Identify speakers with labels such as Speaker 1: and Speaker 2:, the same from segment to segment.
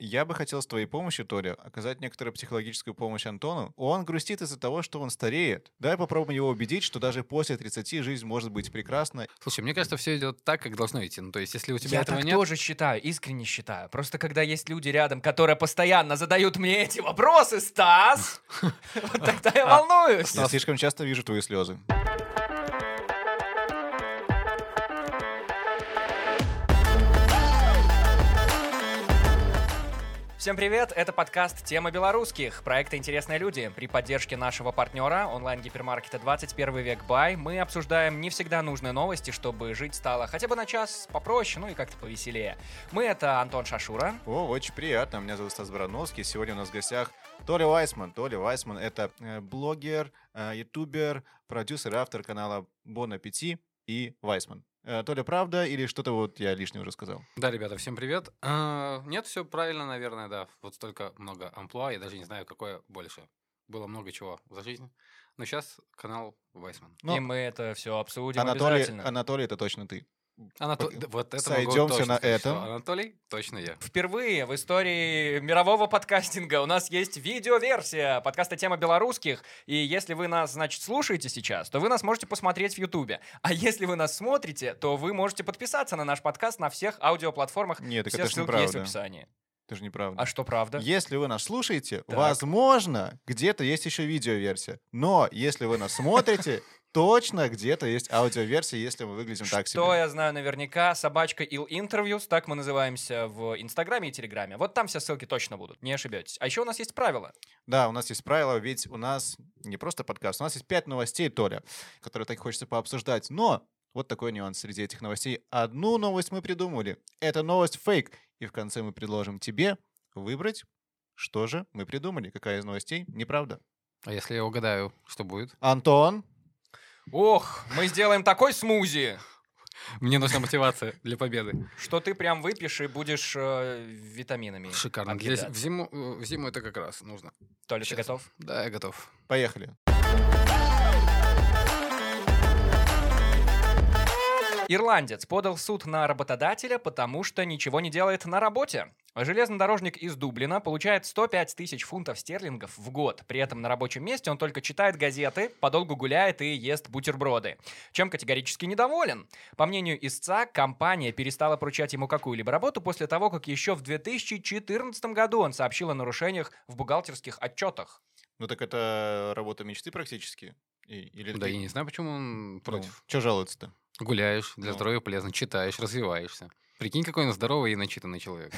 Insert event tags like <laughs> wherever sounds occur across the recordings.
Speaker 1: Я бы хотел с твоей помощью, Толя, оказать некоторую психологическую помощь Антону. Он грустит из-за того, что он стареет. Давай попробуем его убедить, что даже после 30 жизнь может быть прекрасна.
Speaker 2: Слушай, мне кажется, все идет так, как должно идти. Ну, то есть, если у тебя
Speaker 3: Я
Speaker 2: этого
Speaker 3: так
Speaker 2: нет...
Speaker 3: тоже считаю, искренне считаю. Просто когда есть люди рядом, которые постоянно задают мне эти
Speaker 1: <laughs>
Speaker 3: вопросы, Стас, вот тогда я волнуюсь.
Speaker 1: Я слишком часто вижу твои слезы.
Speaker 3: Всем привет, это подкаст «Тема белорусских», проекта «Интересные люди». При поддержке нашего партнера онлайн-гипермаркета «21 век Бай» мы обсуждаем не всегда нужные новости, чтобы жить стало хотя бы на час попроще, ну и как-то повеселее. Мы — это Антон Шашура.
Speaker 1: О, очень приятно. Меня зовут Стас Барановский. Сегодня у нас в гостях Толя Вайсман. Толя Вайсман — это э, блогер, э, ютубер, продюсер, и автор канала Бон Аппети и Вайсман. Э, Толя, правда или что-то вот я лишнее уже сказал?
Speaker 2: Да, ребята, всем привет. А, нет, все правильно, наверное, да. Вот столько много амплуа, я даже не знаю, какое больше. Было много чего за жизнь. Но сейчас канал Вайсман.
Speaker 1: Ну,
Speaker 3: и мы это все обсудим
Speaker 1: Анатолий,
Speaker 3: обязательно.
Speaker 1: Анатолий — это точно ты.
Speaker 2: Анато-
Speaker 1: Пог-
Speaker 2: да, Вот это
Speaker 1: сойдёмся на этом.
Speaker 2: это. Анатолий, точно я.
Speaker 3: Впервые в истории мирового подкастинга у нас есть видеоверсия подкаста «Тема белорусских». И если вы нас, значит, слушаете сейчас, то вы нас можете посмотреть в Ютубе. А если вы нас смотрите, то вы можете подписаться на наш подкаст на всех аудиоплатформах.
Speaker 1: Нет, так
Speaker 3: Все
Speaker 1: это же
Speaker 3: ссылки есть в
Speaker 1: неправда.
Speaker 3: описании.
Speaker 1: Это же неправда.
Speaker 3: А что правда?
Speaker 1: Если вы нас слушаете,
Speaker 3: Так.
Speaker 1: возможно, где-то есть еще видеоверсия. Но если вы нас
Speaker 3: <laughs>
Speaker 1: смотрите, точно где-то есть аудиоверсия, если мы выглядим так
Speaker 3: Что
Speaker 1: себе.
Speaker 3: я знаю наверняка, собачка Ил Интервьюс, так мы называемся в Инстаграме и Телеграме. Вот там все ссылки точно будут, не ошибетесь. А еще у нас есть правила.
Speaker 1: Да, у нас есть правило, ведь у нас не просто подкаст, у нас есть пять новостей, Толя, которые так хочется пообсуждать. Но вот такой нюанс среди этих новостей. Одну новость мы придумали. Это новость фейк. И в конце мы предложим тебе выбрать, что же мы придумали, какая из новостей неправда.
Speaker 2: А если я угадаю, что будет?
Speaker 1: Антон,
Speaker 3: Ох, мы сделаем такой смузи!
Speaker 2: Мне нужна мотивация для победы.
Speaker 3: Что ты прям выпьешь и будешь э, витаминами.
Speaker 2: Шикарно. А Для
Speaker 3: объедаться.
Speaker 2: з- в, зиму, э, в зиму это как раз нужно.
Speaker 3: Толя, ты
Speaker 2: Сейчас.
Speaker 3: готов?
Speaker 2: Да, я готов.
Speaker 1: поехали.
Speaker 3: Ирландец подал в суд на работодателя, потому что ничего не делает на работе. Железнодорожник из Дублина получает 105 тысяч фунтов стерлингов в год. При этом на рабочем месте он только читает газеты, подолгу гуляет и ест бутерброды. Чем категорически недоволен. По мнению истца, компания перестала поручать ему какую-либо работу после того, как еще в 2014 году он сообщил о нарушениях в бухгалтерских отчетах.
Speaker 1: Ну так это работа мечты практически. И- или
Speaker 2: Да, я не знаю, почему он против.
Speaker 1: Че жалуется-то?
Speaker 2: Гуляешь, для
Speaker 1: Ну.
Speaker 2: здоровья полезно, читаешь, развиваешься. Прикинь, какой он здоровый и начитанный человек.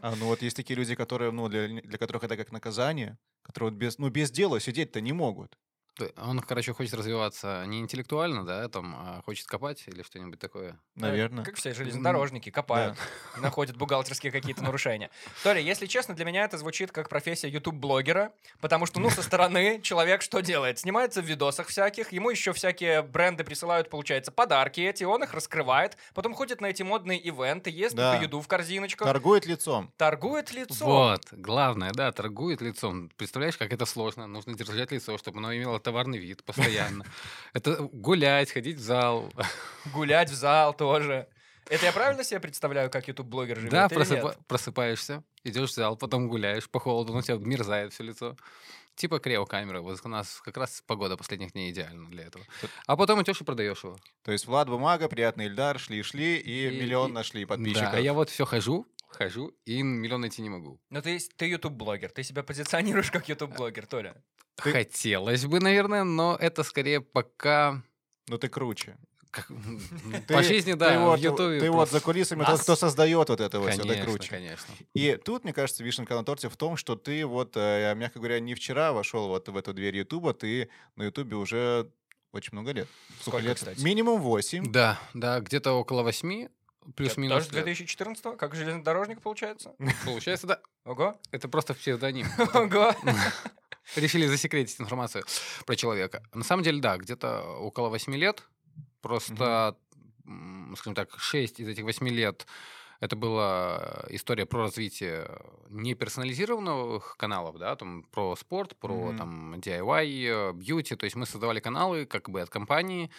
Speaker 1: А, ну вот есть такие люди, которые, ну, для, для которых это как наказание, которые вот без, ну, без дела сидеть-то не могут.
Speaker 2: Да, Он, короче, хочет развиваться не интеллектуально, да, там, а хочет копать или что-нибудь такое.
Speaker 1: Наверное.
Speaker 3: Э, Как все железнодорожники копают <laughs> и находят бухгалтерские какие-то нарушения. Толя, если честно, для меня это звучит как профессия ютуб-блогера, потому что, ну,
Speaker 2: <laughs>
Speaker 3: со стороны человек что делает? Снимается в видосах всяких, ему еще всякие бренды присылают, получается, подарки эти, он их раскрывает, потом ходит на эти модные ивенты, ест
Speaker 1: Да.
Speaker 3: эту еду в корзиночках,
Speaker 1: Торгует лицом.
Speaker 3: торгует лицо.
Speaker 2: Вот, главное, да, торгует лицом. Представляешь, как это сложно? Нужно держать лицо, чтобы оно имело товарный вид постоянно. Это гулять, ходить в зал.
Speaker 3: Гулять в зал тоже. Это я правильно себе представляю, как ютуб-блогер живет?
Speaker 2: Да,
Speaker 3: или нет?
Speaker 2: просыпа- просыпаешься, идешь в зал, потом гуляешь по холоду, ну, у тебя мерзает все лицо. Типа криокамера. Вот у нас как раз погода последних дней идеальна для этого.
Speaker 1: Тут-
Speaker 2: А потом идешь и продаешь его.
Speaker 1: То есть Влад Бумага, приятный Ильдар, шли-шли и,
Speaker 2: И-
Speaker 1: миллион
Speaker 2: и-
Speaker 1: нашли
Speaker 2: Да,
Speaker 1: подписчиков.
Speaker 2: а я вот все хожу, хожу, и миллион найти не могу.
Speaker 3: Ну, ты, ты ютуб-блогер, ты себя позиционируешь как ютуб-блогер, Толя.
Speaker 1: Ты-
Speaker 2: Хотелось бы, наверное, но это скорее пока...
Speaker 1: Ну ты круче.
Speaker 2: как-
Speaker 1: Ты-
Speaker 2: По жизни, да,
Speaker 1: ты
Speaker 2: в
Speaker 1: вот,
Speaker 2: Ютубе.
Speaker 1: ты вот
Speaker 2: просто-
Speaker 1: за кулисами
Speaker 3: Нас-
Speaker 1: тот, кто создает вот это вот всё, ты
Speaker 2: Конечно,
Speaker 1: круче.
Speaker 2: конечно.
Speaker 1: И тут, мне кажется, вишенка на торте в том, что ты вот, э, мягко говоря, не вчера вошел вот в эту дверь Ютуба, ты на Ютубе уже очень много лет.
Speaker 3: Сколько,
Speaker 1: лет?
Speaker 3: кстати?
Speaker 1: Минимум 8.
Speaker 2: Да, да, где-то около восьми, плюс-минус.
Speaker 3: Тоже
Speaker 2: лет.
Speaker 3: 2014 как железнодорожник получается?
Speaker 2: Получается, да.
Speaker 3: Ого,
Speaker 2: Это
Speaker 1: <laughs>
Speaker 2: просто псевдоним.
Speaker 3: ого.
Speaker 2: <laughs> Решили засекретить информацию про человека. На самом деле, да, где-то около восьми лет. Просто, м, скажем так, шесть из этих восьми лет это была история про развитие неперсонализированных каналов, да, там про спорт, про
Speaker 1: Мгм.
Speaker 2: там DIY, э, бьюти. То есть мы создавали каналы как бы от компании.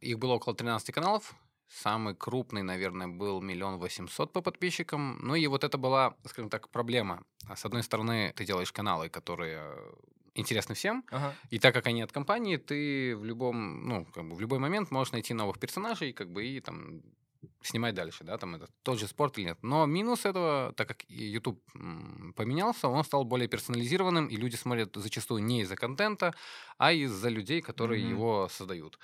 Speaker 2: Их было около 13 каналов Самый крупный, наверное, был миллион восемьсот по подписчикам. Ну и вот это была, скажем так, проблема. А С одной стороны, ты делаешь каналы, которые э, интересны всем,
Speaker 3: Ага.
Speaker 2: и так как они от компании, ты в любом, ну, как бы в любой момент можешь найти новых персонажей, как бы и там снимать дальше, да, там это тот же спорт или нет. Но минус этого, так как и YouTube м, поменялся, он стал более персонализированным, и люди смотрят зачастую не из-за контента, а из-за людей, которые
Speaker 1: Мгм.
Speaker 2: его создают.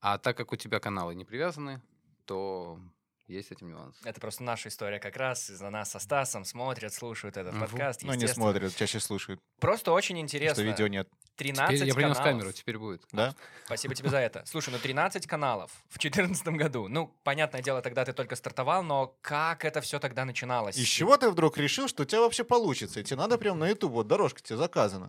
Speaker 2: А так как у тебя каналы не привязаны, то есть с этим нюанс.
Speaker 3: Это просто наша история как раз. из-за нас со Стасом смотрят, слушают этот
Speaker 2: Мгм.
Speaker 3: подкаст.
Speaker 1: Ну, не
Speaker 3: естественно.
Speaker 1: смотрят, чаще слушают,
Speaker 3: Просто очень интересно.
Speaker 1: что видео нет.
Speaker 3: 13
Speaker 2: Теперь я принес <laughs>
Speaker 3: каналов.
Speaker 2: камеру, теперь будет.
Speaker 1: Да?
Speaker 3: Спасибо тебе за это. Слушай, ну 13 каналов в 2014 году. Ну, понятное дело, тогда ты только стартовал, но как это все тогда начиналось?
Speaker 1: Из чего ты вдруг решил, что у тебя вообще получится? И тебе надо прям на YouTube, вот дорожка тебе заказана.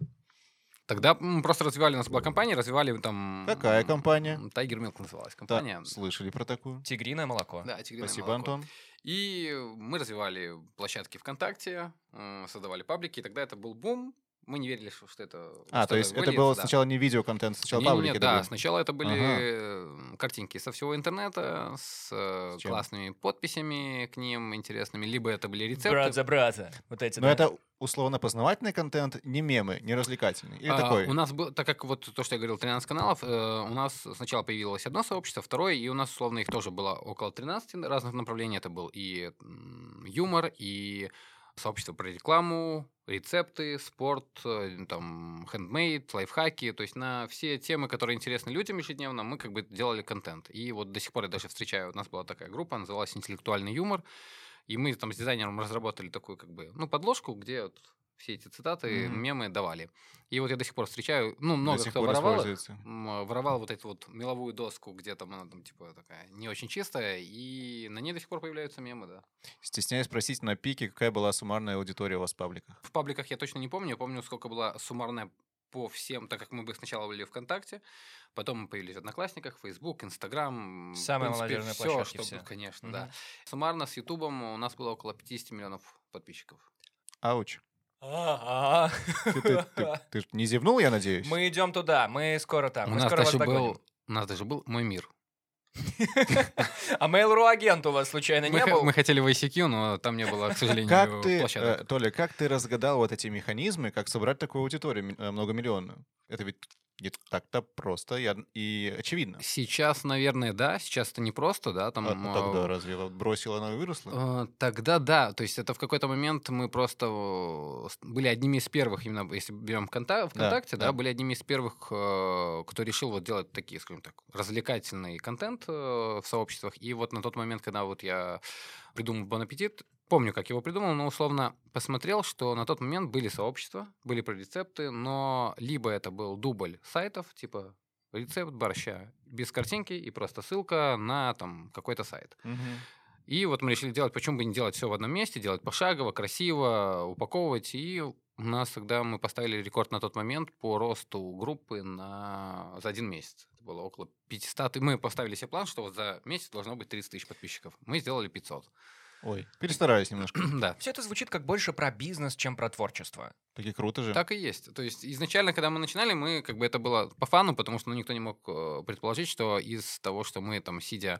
Speaker 2: Тогда м, просто развивали, у нас была компания, развивали там...
Speaker 1: Какая
Speaker 2: м,
Speaker 1: компания?
Speaker 2: Tiger Milk называлась
Speaker 1: Да,
Speaker 2: компания.
Speaker 1: слышали про такую.
Speaker 3: Тигриное молоко.
Speaker 2: Да,
Speaker 1: Типа,
Speaker 2: «Тигриное
Speaker 1: Спасибо,
Speaker 2: молоко». Ну
Speaker 1: Антон.
Speaker 2: И мы развивали площадки ВКонтакте, м, создавали паблики, и тогда это был бум. Мы не верили, что что это...
Speaker 1: А,
Speaker 2: что
Speaker 1: то есть это
Speaker 2: выльется,
Speaker 1: было
Speaker 2: да.
Speaker 1: сначала не видеоконтент, сначала
Speaker 2: Не-не-не,
Speaker 1: паблики. это
Speaker 2: да,
Speaker 1: было.
Speaker 2: сначала это были
Speaker 1: Ага.
Speaker 2: э, картинки со всего интернета, с, э,
Speaker 1: С чем?
Speaker 2: классными подписями к ним интересными, либо это были рецепты.
Speaker 3: Брат за брата. Вот эти,
Speaker 1: Но
Speaker 3: да.
Speaker 1: Ну, это условно-познавательный контент, не мемы, не развлекательный. Или
Speaker 2: А,
Speaker 1: такой?
Speaker 2: У нас был, так как вот то, что я говорил, 13 каналов, э, у нас сначала появилось одно сообщество, второе, и у нас, условно, их тоже было около 13 разных направлений. Это был и м, юмор, и сообщество про рекламу, рецепты, спорт, э, там, хендмейд, лайфхаки. То есть на все темы, которые интересны людям ежедневно, мы как бы делали контент. И вот до сих пор я даже встречаю, у нас была такая группа, называлась «Интеллектуальный юмор». И мы там с дизайнером разработали такую как бы, ну, подложку, где вот все эти цитаты,
Speaker 1: Мгм.
Speaker 2: мемы давали. И вот я до сих пор встречаю, ну,
Speaker 1: До
Speaker 2: много
Speaker 1: сих
Speaker 2: кто
Speaker 1: пор
Speaker 2: воровал, их.
Speaker 1: используется.
Speaker 2: М, воровал вот эту вот меловую доску, где там она там типа такая не очень чистая, и на ней до сих пор появляются мемы, да.
Speaker 1: Стесняюсь спросить на пике, какая была суммарная аудитория у вас в пабликах.
Speaker 2: В пабликах я точно не помню, я помню, сколько была суммарная по всем, так как мы бы сначала были ВКонтакте, потом мы появились в Одноклассниках, Facebook, Instagram.
Speaker 3: Самые молодежные
Speaker 2: все,
Speaker 3: площадки
Speaker 2: что,
Speaker 3: все.
Speaker 2: Конечно,
Speaker 3: Мгм.
Speaker 2: да. Суммарно с Ютубом у нас было около 50 миллионов подписчиков.
Speaker 1: Ауч.
Speaker 3: А-а.
Speaker 1: Ты, ты- <laughs> ты- ты ж не зевнул, я надеюсь?
Speaker 3: Мы идем туда, мы скоро там.
Speaker 2: у,
Speaker 3: мы
Speaker 2: нас
Speaker 3: скоро вас
Speaker 2: даже
Speaker 3: догоним.
Speaker 2: был, у нас даже был мой мир.
Speaker 3: А Mail.ru агент у
Speaker 2: <laughs>
Speaker 3: вас случайно
Speaker 2: Мы,
Speaker 3: не
Speaker 2: хо-
Speaker 3: был?
Speaker 2: мы хотели в ICQ, но там не
Speaker 3: <laughs>
Speaker 2: было, к сожалению,
Speaker 1: Как ты,
Speaker 2: площадок.
Speaker 1: э, Толя, как ты разгадал вот эти механизмы, как собрать такую аудиторию ми- э, многомиллионную? Это ведь не так-то просто и, од- и очевидно.
Speaker 2: Сейчас, наверное, да. Сейчас это непросто, да. Там,
Speaker 1: А
Speaker 2: э,
Speaker 1: тогда разве вот бросила она и выросла?
Speaker 2: э, тогда да. То есть это в какой-то момент мы просто э, с- были одними из первых, именно если берем конта- ВКонтакте, да,
Speaker 1: да.
Speaker 2: были одними из первых, э, кто решил вот делать такие, скажем так, развлекательный контент э, в сообществах. И вот на тот момент, когда вот я придумал Бон Аппетит, помню, как его придумал, но условно посмотрел, что на тот момент были сообщества, были про рецепты, но либо это был дубль сайтов, типа рецепт борща без картинки и просто ссылка на там какой-то сайт.
Speaker 1: Мгм.
Speaker 2: И вот мы решили делать, почему бы не делать все в одном месте, делать пошагово, красиво, упаковывать. И у нас тогда мы поставили рекорд на тот момент по росту группы на... за один месяц. Это было около 500. И мы поставили себе план, что вот за месяц должно быть 30 тысяч подписчиков. Мы сделали 500.
Speaker 1: Ой, перестараюсь немножко.
Speaker 2: да.
Speaker 3: Все это звучит как больше про бизнес, чем про творчество.
Speaker 1: Таки круто же.
Speaker 2: Так и есть. То есть изначально, когда мы начинали, мы как бы это было по фану, потому что ну, никто не мог э, предположить, что из того, что мы там сидя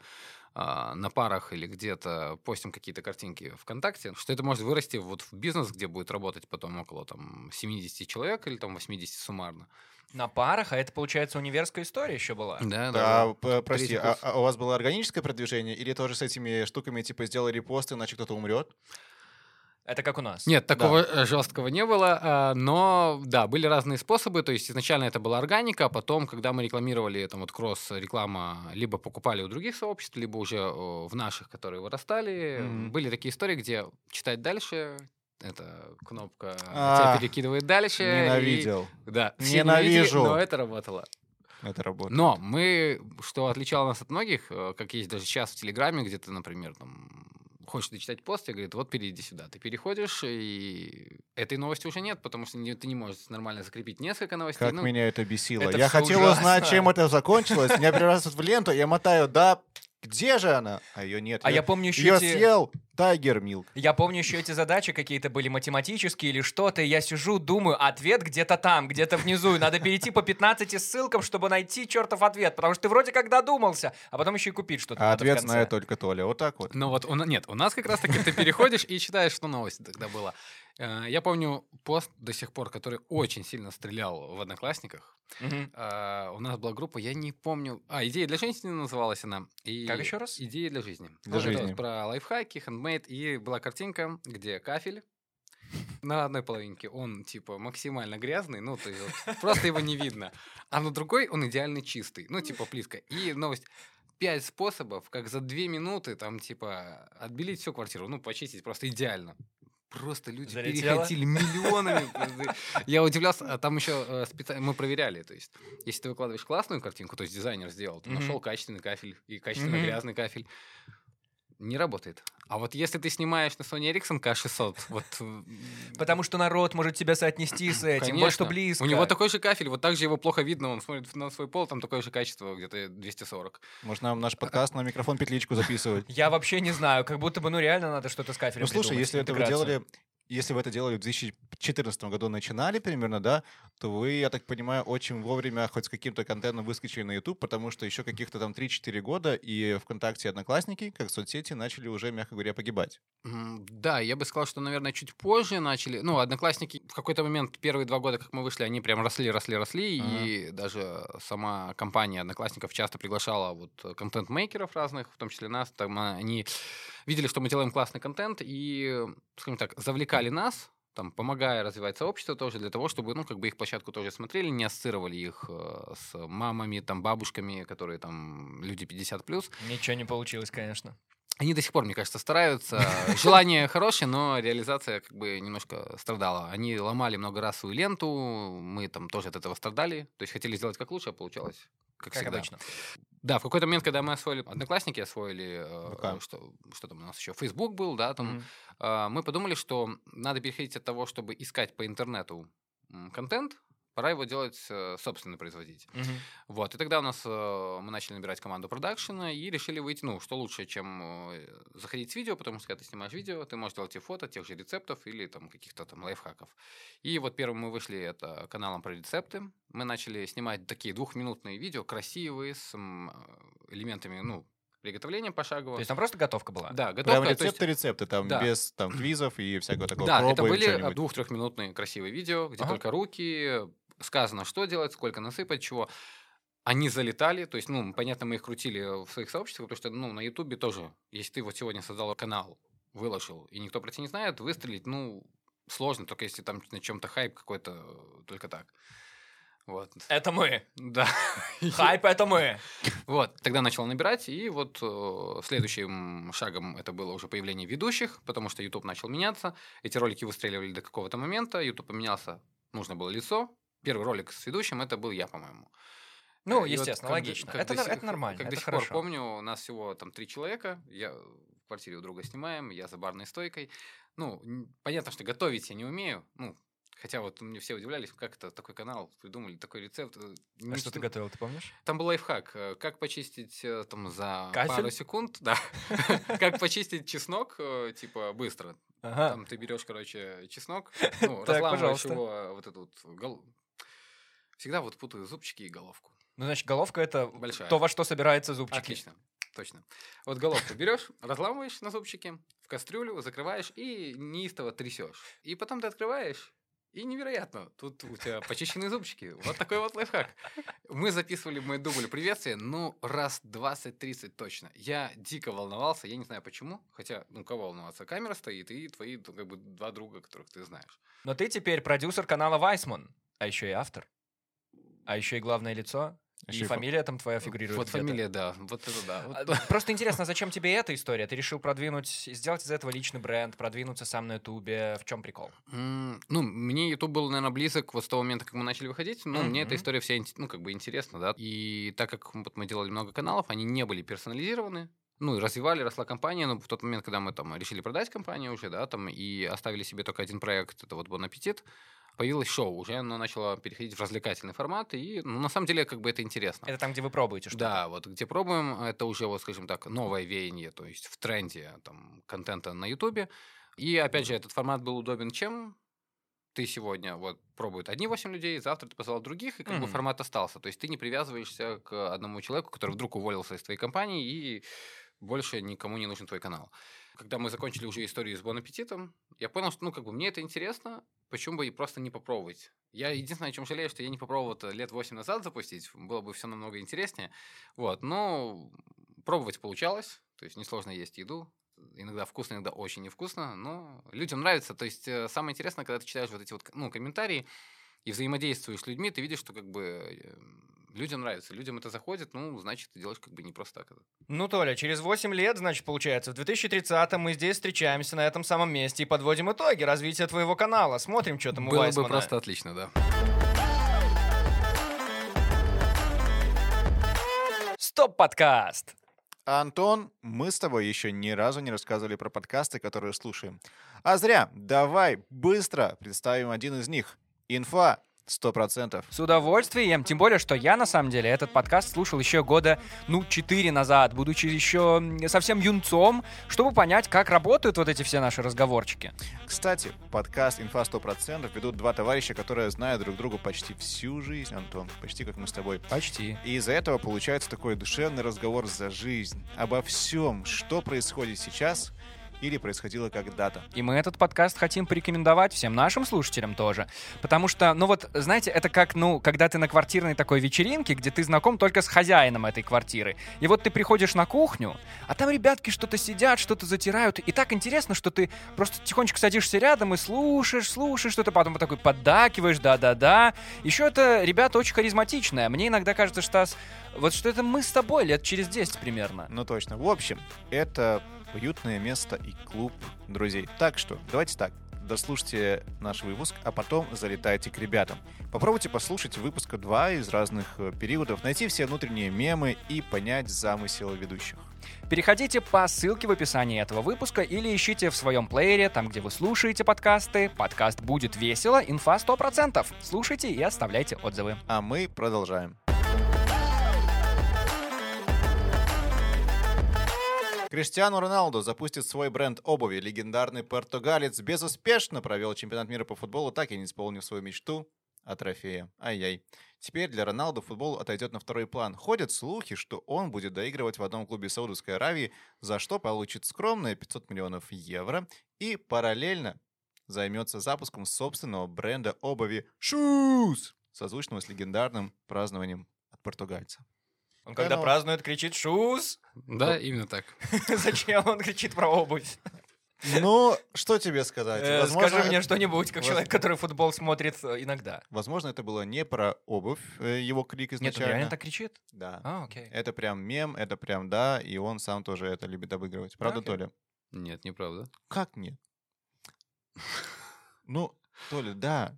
Speaker 2: а, на парах или где-то постим какие-то картинки ВКонтакте, что это может вырасти вот в бизнес, где будет работать потом около там 70 человек или там 80 суммарно.
Speaker 3: На парах, а это, получается, универская история еще была.
Speaker 2: Да,
Speaker 1: Да, п- прости,
Speaker 2: Третий
Speaker 1: а,
Speaker 2: курс.
Speaker 1: а у вас было органическое продвижение или тоже с этими штуками типа сделай репосты, иначе кто-то умрет?
Speaker 3: Это как у нас.
Speaker 2: Нет, такого э, жесткого не было, а, но да, были разные способы. То есть изначально это была органика, а потом, когда мы рекламировали там вот кросс-реклама, либо покупали у других сообществ, либо уже э, в наших, которые вырастали,
Speaker 1: Мгм.
Speaker 2: были такие истории, где читать дальше. Это кнопка
Speaker 1: А,
Speaker 2: тебя перекидывает дальше. и-
Speaker 1: Ненавидел.
Speaker 2: да, <laughs> все
Speaker 1: Ненавижу.
Speaker 2: ненавидели, Но это работало.
Speaker 1: Это работа.
Speaker 2: Но мы, что отличало нас от многих, э, как есть даже сейчас в Телеграме, где ты, например, там, хочешь дочитать пост, и говорит, вот перейди сюда. Ты переходишь, и этой новости уже нет, потому что не- ты не можешь нормально закрепить несколько новостей.
Speaker 1: Как
Speaker 2: Ну,
Speaker 1: меня это бесило.
Speaker 3: это
Speaker 1: я
Speaker 3: всё
Speaker 1: хотел
Speaker 3: ужасно.
Speaker 1: узнать, чем это закончилось. Меня перерастут в ленту, я мотаю, да, Где же она? А ее нет.
Speaker 3: А
Speaker 1: Её-
Speaker 3: я помню еще
Speaker 1: Её
Speaker 3: эти-
Speaker 1: съел Тайгер Милк.
Speaker 3: Я помню еще эти задачи какие-то были математические или что-то, и я сижу, думаю, ответ где-то там, где-то внизу, и надо перейти по 15 ссылкам, чтобы найти чертов ответ, потому что ты вроде как додумался, а потом еще и купить что-то
Speaker 1: А
Speaker 3: надо в
Speaker 1: ответ
Speaker 3: конце.
Speaker 1: знает только Толя. Вот так вот.
Speaker 2: Ну вот, у на- нет, у нас как раз-таки ты переходишь и читаешь, что новости тогда было. Э, Я помню пост до сих пор, который очень сильно стрелял в «Одноклассниках».
Speaker 3: Мгм.
Speaker 2: Э, У нас была группа, я не помню... А, «Идея для жизни» называлась она. И-
Speaker 3: Как еще раз?
Speaker 2: «Идеи для жизни».
Speaker 1: Для
Speaker 2: Вот это вот
Speaker 1: жизни.
Speaker 2: Про лайфхаки, хендмейд. И была картинка, где кафель на одной половинке он, типа, максимально грязный, ну, то есть вот <laughs> просто его не видно. А на другой он идеально чистый, ну, типа, плитка. И новость. Пять способов, как за две минуты, там, типа, отбелить всю квартиру, ну, почистить просто идеально. Просто люди
Speaker 3: Залетело?
Speaker 2: перехотели миллионами. Я удивлялся, а там еще специально мы проверяли, то есть, если ты выкладываешь классную картинку, то есть дизайнер сделал, ты
Speaker 3: Мгм.
Speaker 2: нашел качественный кафель и качественно
Speaker 3: Мгм.
Speaker 2: грязный кафель, не работает. А вот если ты снимаешь на Sony Ericsson K600, <laughs> вот... м,
Speaker 3: Потому что народ может тебя соотнести с этим,
Speaker 2: Конечно.
Speaker 3: вот что близко.
Speaker 2: У него такой же кафель, вот так же его плохо видно, он смотрит на свой пол, там такое же качество, где-то 240.
Speaker 1: Может, нам наш подкаст на микрофон петличку
Speaker 3: <laughs>
Speaker 1: записывать?
Speaker 3: Я вообще не знаю, как будто бы, ну реально надо что-то с кафелем
Speaker 1: Ну, слушай,
Speaker 3: придумать,
Speaker 1: если это вы
Speaker 3: интеграцию.
Speaker 1: делали... Если вы это делали в 2014 году, начинали примерно, да, то вы, я так понимаю, очень вовремя хоть с каким-то контентом выскочили на YouTube, потому что еще каких-то там 3-4 года и ВКонтакте и Одноклассники, как соцсети, начали уже, мягко говоря, погибать.
Speaker 2: М, Да, я бы сказал, что, наверное, чуть позже начали. Ну, одноклассники в какой-то момент, первые два года, как мы вышли, они прям росли, росли, росли. И даже сама компания одноклассников часто приглашала вот э, контент-мейкеров разных, в том числе нас. Там э, они видели, что мы делаем классный контент и, э, скажем так, завлекали нас, там, помогая развивать сообщество тоже для того, чтобы, ну, как бы их площадку тоже смотрели, не ассоциировали их э, с мамами, там, бабушками, которые там люди 50+. плюс.
Speaker 3: Ничего не получилось, конечно.
Speaker 2: Они до сих пор, мне кажется, стараются.
Speaker 3: <laughs>
Speaker 2: Желание хорошее, но реализация как бы немножко страдала. Они ломали много раз свою ленту, мы там тоже от этого страдали. То есть хотели сделать как лучше, а получалось как,
Speaker 3: Как
Speaker 2: всегда.
Speaker 3: обычно.
Speaker 2: Да, в какой-то момент, когда мы освоили, одноклассники освоили, э,
Speaker 1: ВК.
Speaker 2: что, что там у нас еще, Facebook был, да, там
Speaker 3: Мгм.
Speaker 2: а, мы подумали, что надо переходить от того, чтобы искать по интернету м, контент, пора его делать э, собственно производить.
Speaker 3: Мгм.
Speaker 2: Вот, и тогда у нас э, мы начали набирать команду продакшена и решили выйти, ну, что лучше, чем э, заходить с видео, потому что когда ты снимаешь видео, ты можешь делать и фото тех же рецептов или там каких-то там лайфхаков. И вот первым мы вышли это каналом про рецепты. Мы начали снимать такие двухминутные видео, красивые, с м, элементами, ну, приготовления
Speaker 3: То
Speaker 2: пошагово.
Speaker 3: есть там просто готовка была?
Speaker 2: Да,
Speaker 1: Прям
Speaker 2: готовка. то есть-
Speaker 1: рецепты-рецепты, там,
Speaker 2: да.
Speaker 1: без там квизов и всякого такого.
Speaker 2: Да, это
Speaker 1: «Пробуем
Speaker 2: были а, э,
Speaker 1: что-нибудь».
Speaker 2: двух-трехминутные красивые видео, где
Speaker 3: Ага.
Speaker 2: только руки, сказано, что делать, сколько насыпать, чего. Они залетали, то есть, ну, понятно, мы их крутили в своих сообществах, потому что, ну, на Ютубе тоже, если ты вот сегодня создал канал, выложил, и никто про тебя не знает, выстрелить, ну, сложно, только если там на чем-то хайп какой-то, э, только так. Вот.
Speaker 3: Это мы.
Speaker 2: <laughs> Да.
Speaker 3: Хайп это мы.
Speaker 2: Вот, тогда начал набирать, и вот э, следующим шагом это было уже появление ведущих, потому что YouTube начал меняться, эти ролики выстреливали до какого-то момента, YouTube поменялся, нужно было лицо, первый ролик с ведущим это был я, по-моему.
Speaker 3: Ну,
Speaker 2: И вот
Speaker 3: естественно,
Speaker 2: как до-
Speaker 3: логично.
Speaker 2: как до
Speaker 3: Это нор-
Speaker 2: сих-
Speaker 3: это нормально,
Speaker 2: Как
Speaker 3: это
Speaker 2: до сих
Speaker 3: хорошо.
Speaker 2: пор помню, у нас всего там три человека, я в квартире у друга снимаем, я за барной стойкой. Ну, н- понятно, что готовить я не умею, ну, хотя вот мне все удивлялись, как это такой канал придумали, такой рецепт. э,
Speaker 3: А
Speaker 2: не
Speaker 3: что ты
Speaker 2: с-
Speaker 3: готовил, ты помнишь?
Speaker 2: там был лайфхак, э, как почистить э, там за
Speaker 3: Кафель?
Speaker 2: пару секунд, да, <laughs> как почистить чеснок, э, типа, быстро.
Speaker 3: Ага.
Speaker 2: Там ты берешь, короче,
Speaker 3: <laughs>
Speaker 2: чеснок, ну,
Speaker 3: А. Так,
Speaker 2: разламываешь
Speaker 3: пожалуйста.
Speaker 2: его, э, вот эту вот гол- Всегда вот путаю зубчики и головку.
Speaker 3: Ну, значит, головка это
Speaker 2: Большая.
Speaker 3: то, во что собираются зубчики.
Speaker 2: Отлично, точно. Вот головку берешь, разламываешь на зубчики, в кастрюлю закрываешь и неистово трясешь. И потом ты открываешь, и невероятно, тут у тебя почищенные зубчики. Вот такой вот лайфхак. Мы записывали мой дубль приветствия, ну, раз 20-30 точно. Я дико волновался, я не знаю почему, хотя, ну, кого волноваться, камера стоит, и твои, ну, как бы, два друга, которых ты знаешь.
Speaker 3: Но ты теперь продюсер канала Вайсман, а еще и автор, а еще и главное лицо,
Speaker 2: А
Speaker 1: Ещё
Speaker 3: и
Speaker 1: и фа-
Speaker 3: фамилия там твоя фигурирует.
Speaker 2: Вот
Speaker 3: где-то.
Speaker 2: фамилия, да, вот это да.
Speaker 3: А,
Speaker 2: вот. <laughs>
Speaker 3: Просто интересно, зачем тебе эта история? Ты решил продвинуть, сделать из этого личный бренд, продвинуться сам на Ютубе. В чем прикол?
Speaker 2: М, Ну, мне YouTube был, наверное, близок вот с того момента, как мы начали выходить. Ну, мне эта
Speaker 3: Мгм.
Speaker 2: история вся, инте- ну, как бы интересна, да. И так как вот мы делали много каналов, они не были персонализированы. Ну, и развивали, росла компания. Но в тот момент, когда мы там решили продать компанию уже, да, там, и оставили себе только один проект, это вот Бон Аппетит, появилось шоу, уже оно начало переходить в развлекательный формат, и ну, на самом деле как бы это интересно.
Speaker 3: Это там, где вы пробуете что-то.
Speaker 2: Да, вот где пробуем, это уже, вот, скажем так, новое веяние, то есть в тренде там, контента на Ютубе. И опять же, этот формат был удобен чем? Ты сегодня вот пробует одни 8 людей, завтра ты позвал других, и как бы
Speaker 3: Мгм.
Speaker 2: формат остался. То есть ты не привязываешься к одному человеку, который вдруг уволился из твоей компании, и больше никому не нужен твой канал. Когда мы закончили уже историю с Бон Аппетитом, я понял, что, ну, как бы мне это интересно, почему бы и просто не попробовать. Я единственное, о чем жалею, что я не попробовал это лет 8 назад запустить, было бы все намного интереснее. Вот, но пробовать получалось, то есть несложно есть еду, иногда вкусно, иногда очень невкусно, но людям нравится. То есть э, самое интересное, когда ты читаешь вот эти вот ну, комментарии и взаимодействуешь с людьми, ты видишь, что как бы э, людям нравится, людям это заходит, ну, значит, ты делаешь как бы не просто так это.
Speaker 3: Ну, Толя, через 8 лет, значит, получается, в 2030 мы здесь встречаемся на этом самом месте и подводим итоги развития твоего канала. Смотрим, что там у
Speaker 2: Было бы
Speaker 3: Вайсмана.
Speaker 2: просто отлично, да.
Speaker 3: Стоп-подкаст!
Speaker 1: Антон, мы с тобой еще ни разу не рассказывали про подкасты, которые слушаем. А зря. Давай быстро представим один из них. Инфа 100%.
Speaker 3: С удовольствием, тем более, что я, на самом деле, этот подкаст слушал еще года, ну, четыре назад, будучи еще м, совсем юнцом, чтобы понять, как работают вот эти все наши разговорчики.
Speaker 1: Кстати, подкаст «Инфа 100%» ведут два товарища, которые знают друг друга почти всю жизнь, Антон, почти как мы с тобой.
Speaker 3: Почти.
Speaker 1: И из-за этого получается такой душевный разговор за жизнь, обо всем, что происходит сейчас или происходило когда-то.
Speaker 3: И мы этот подкаст хотим порекомендовать всем нашим слушателям тоже. Потому что, ну вот, знаете, это как, ну, когда ты на квартирной такой вечеринке, где ты знаком только с хозяином этой квартиры. И вот ты приходишь на кухню, а там ребятки что-то сидят, что-то затирают. И так интересно, что ты просто тихонечко садишься рядом и слушаешь, слушаешь что-то, потом вот такой поддакиваешь, да-да-да. Еще это ребята очень харизматичные. Мне иногда кажется, что с- вот что это мы с тобой лет через 10 примерно.
Speaker 1: Ну точно. В общем, это уютное место и клуб друзей. Так что, давайте так. Дослушайте наш выпуск, а потом залетайте к ребятам. Попробуйте послушать выпуска 2 из разных э, периодов, найти все внутренние мемы и понять замысел ведущих.
Speaker 3: Переходите по ссылке в описании этого выпуска или ищите в своем плеере, там, где вы слушаете подкасты. Подкаст «Будет весело», инфа 100%. Слушайте и оставляйте отзывы.
Speaker 1: А мы продолжаем. Криштиану Роналду запустит свой бренд обуви. Легендарный португалец безуспешно провел чемпионат мира по футболу, так и не исполнив свою мечту о трофее. Ай-яй. Теперь для Роналду футбол отойдет на второй план. Ходят слухи, что он будет доигрывать в одном клубе Саудовской Аравии, за что получит скромные 500 миллионов евро и параллельно займется запуском собственного бренда обуви Shoes, созвучного с легендарным празднованием от португальца.
Speaker 3: Он
Speaker 1: когда
Speaker 3: когда празднует, кричит «Шус!» <laughs>
Speaker 2: Да, именно так.
Speaker 3: Зачем он кричит про обувь? Э,
Speaker 1: Ну, что тебе сказать?
Speaker 3: Скажи мне что-нибудь, как
Speaker 1: воз-
Speaker 3: человек, который футбол смотрит э, иногда.
Speaker 1: Возможно, это было не про обувь, э, его крик
Speaker 3: Нет, он
Speaker 1: изначально. Э,
Speaker 3: реально так кричит?
Speaker 1: Да.
Speaker 3: А, окей.
Speaker 1: Это прям мем, это прям да, и он сам тоже это любит обыгрывать. Правда,
Speaker 3: Ну, Окей.
Speaker 1: Толя?
Speaker 2: Нет, неправда.
Speaker 1: Как нет? Ну, Толя,
Speaker 3: <gasps>
Speaker 1: да.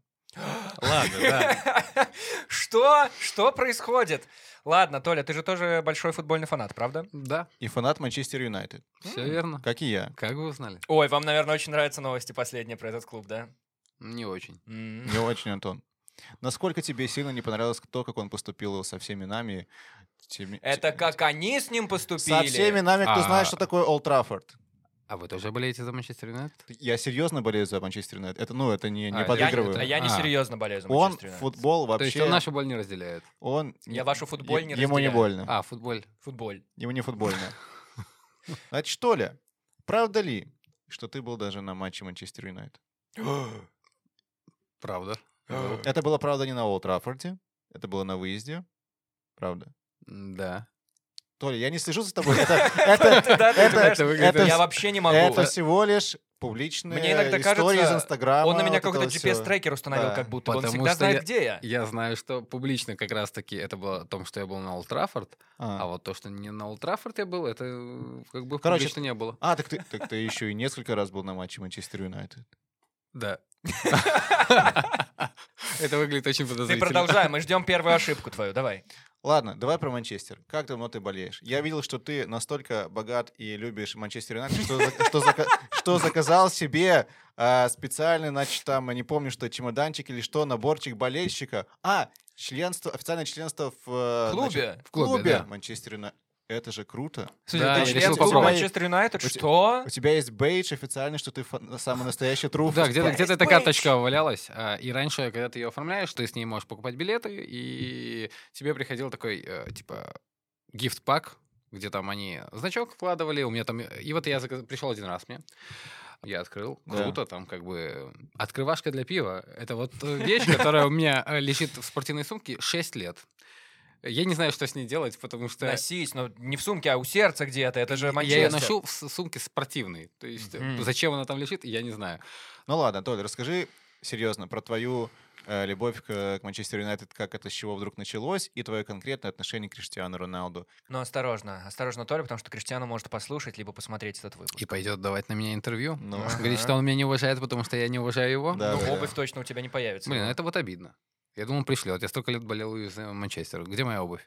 Speaker 2: Ладно, да.
Speaker 3: <laughs> Что? Что происходит? Ладно, Толя, ты же тоже большой футбольный фанат, правда?
Speaker 2: Да, ну,
Speaker 1: И фанат Манчестер Юнайтед.
Speaker 2: все
Speaker 3: М.
Speaker 2: верно.
Speaker 1: Как и я.
Speaker 2: Как вы узнали?
Speaker 3: Ой, вам, наверное, очень нравятся новости последние про этот клуб, да?
Speaker 2: Не очень.
Speaker 3: М.
Speaker 1: Не очень, Антон. Насколько тебе сильно не понравилось то, как он поступил со всеми нами? Теми-
Speaker 3: Это
Speaker 1: те-
Speaker 3: как они с ним поступили.
Speaker 1: Со всеми нами, кто
Speaker 2: А.
Speaker 1: знает, что такое Олд Траффорд.
Speaker 2: А вы тоже болеете за Манчестер Юнайтед?
Speaker 1: Я серьезно болею за Манчестер Юнайтед. Это, ну, это не,
Speaker 2: А,
Speaker 1: не
Speaker 2: я не-
Speaker 1: подыгрываю.
Speaker 3: Я, я не
Speaker 2: А.
Speaker 3: серьезно болею за
Speaker 1: Он
Speaker 3: Манчестер Юнайтед.
Speaker 1: футбол
Speaker 2: То есть
Speaker 1: вообще...
Speaker 2: он нашу боль не разделяет.
Speaker 1: он-
Speaker 3: Я вашу футболь не
Speaker 1: Ему не
Speaker 3: разделяю.
Speaker 1: больно.
Speaker 2: А, футболь.
Speaker 3: Футболь.
Speaker 1: Ему не футбольно. Значит, что ли, правда ли, что ты был даже на матче Манчестер Юнайтед?
Speaker 2: Правда.
Speaker 1: Это было, правда, не на Олд Траффорде. Это было на выезде. Правда.
Speaker 2: Да.
Speaker 1: Толя, я не слежу за тобой. Это, <laughs> это,
Speaker 3: Да, ты
Speaker 1: это-
Speaker 3: знаешь,
Speaker 2: это выглядит-
Speaker 1: это
Speaker 3: Я вообще не могу.
Speaker 1: это всего лишь публичные
Speaker 3: Мне иногда
Speaker 1: истории
Speaker 3: кажется,
Speaker 1: из Инстаграма.
Speaker 3: Он на меня
Speaker 1: вот
Speaker 3: какой-то
Speaker 1: этого всего.
Speaker 3: GPS-трекер установил,
Speaker 1: Да.
Speaker 3: как будто. бы. Он
Speaker 2: Потому
Speaker 3: всегда
Speaker 2: что
Speaker 3: знает,
Speaker 2: я-
Speaker 3: где я.
Speaker 2: Я знаю, что публично как раз-таки это было о том, что я был на Олд Траффорд, а
Speaker 1: А.
Speaker 2: вот то, что не на Олд Траффорд я был, это э, как бы
Speaker 1: Короче,
Speaker 2: публично не было.
Speaker 1: А, так ты, так ты еще и несколько раз был на матче Манчестер Юнайтед.
Speaker 2: <laughs> Да. Это выглядит очень
Speaker 3: Ты
Speaker 2: подозрительно.
Speaker 3: продолжай, мы ждем первую ошибку твою, давай.
Speaker 1: Ладно, давай про Манчестер. Как давно ты болеешь? Я видел, что ты настолько богат и любишь Манчестер Юнайтед, что, зак- что зака- что заказал себе а, специальный, значит, там, я не помню, что чемоданчик или что, наборчик болельщика. А, членство, официальное членство в, э,
Speaker 3: В
Speaker 1: значит,
Speaker 3: клубе.
Speaker 1: в клубе
Speaker 2: да.
Speaker 1: Манчестер Юнайтед. Это же круто.
Speaker 3: Слушай,
Speaker 2: Да,
Speaker 3: ты
Speaker 2: я
Speaker 3: член
Speaker 2: решил
Speaker 3: клуба
Speaker 1: попробовать.
Speaker 3: Манчестер Юнайтед?
Speaker 1: У те-
Speaker 3: Что?
Speaker 1: У тебя есть бейдж официальный, что ты фа- самый настоящий труп.
Speaker 2: Да, где-то где
Speaker 3: Есть
Speaker 2: эта
Speaker 3: бейдж.
Speaker 2: карточка валялась. а, И раньше, когда ты ее оформляешь, ты с ней можешь покупать билеты, и тебе приходил такой, э, типа, гифт-пак, где там они значок вкладывали, у меня там... И вот я заказ- пришел один раз мне, я открыл,
Speaker 1: Да.
Speaker 2: круто, там как бы... Открывашка для пива — это вот э, вещь, которая у меня э, лежит в спортивной сумке 6 лет. Я не знаю, что с ней делать, потому что...
Speaker 3: Носись, но не в сумке, а у сердца где-то. Это же
Speaker 2: Я
Speaker 3: Манчестер.
Speaker 2: ее ношу в с- сумке спортивной. То есть, э,
Speaker 3: Мгм.
Speaker 2: зачем она там лежит, я не знаю.
Speaker 1: Ну ладно, Толь, расскажи серьезно про твою э, любовь к, э, к Манчестер Юнайтед, как это с чего вдруг началось, и твое конкретное отношение к Криштиану Роналду.
Speaker 3: Но осторожно, осторожно, Толя, потому что Криштиану может послушать, либо посмотреть этот выпуск.
Speaker 2: И пойдет давать на меня интервью.
Speaker 1: Ну,
Speaker 3: Ага.
Speaker 2: Говорит, что он меня не уважает, потому что я не уважаю его.
Speaker 1: Да,
Speaker 3: ну,
Speaker 1: да, да.
Speaker 3: обувь точно у тебя не появится.
Speaker 2: Блин, это вот обидно. Я думал, пришлет. Я столько лет болел из э, Манчестера. Где моя обувь?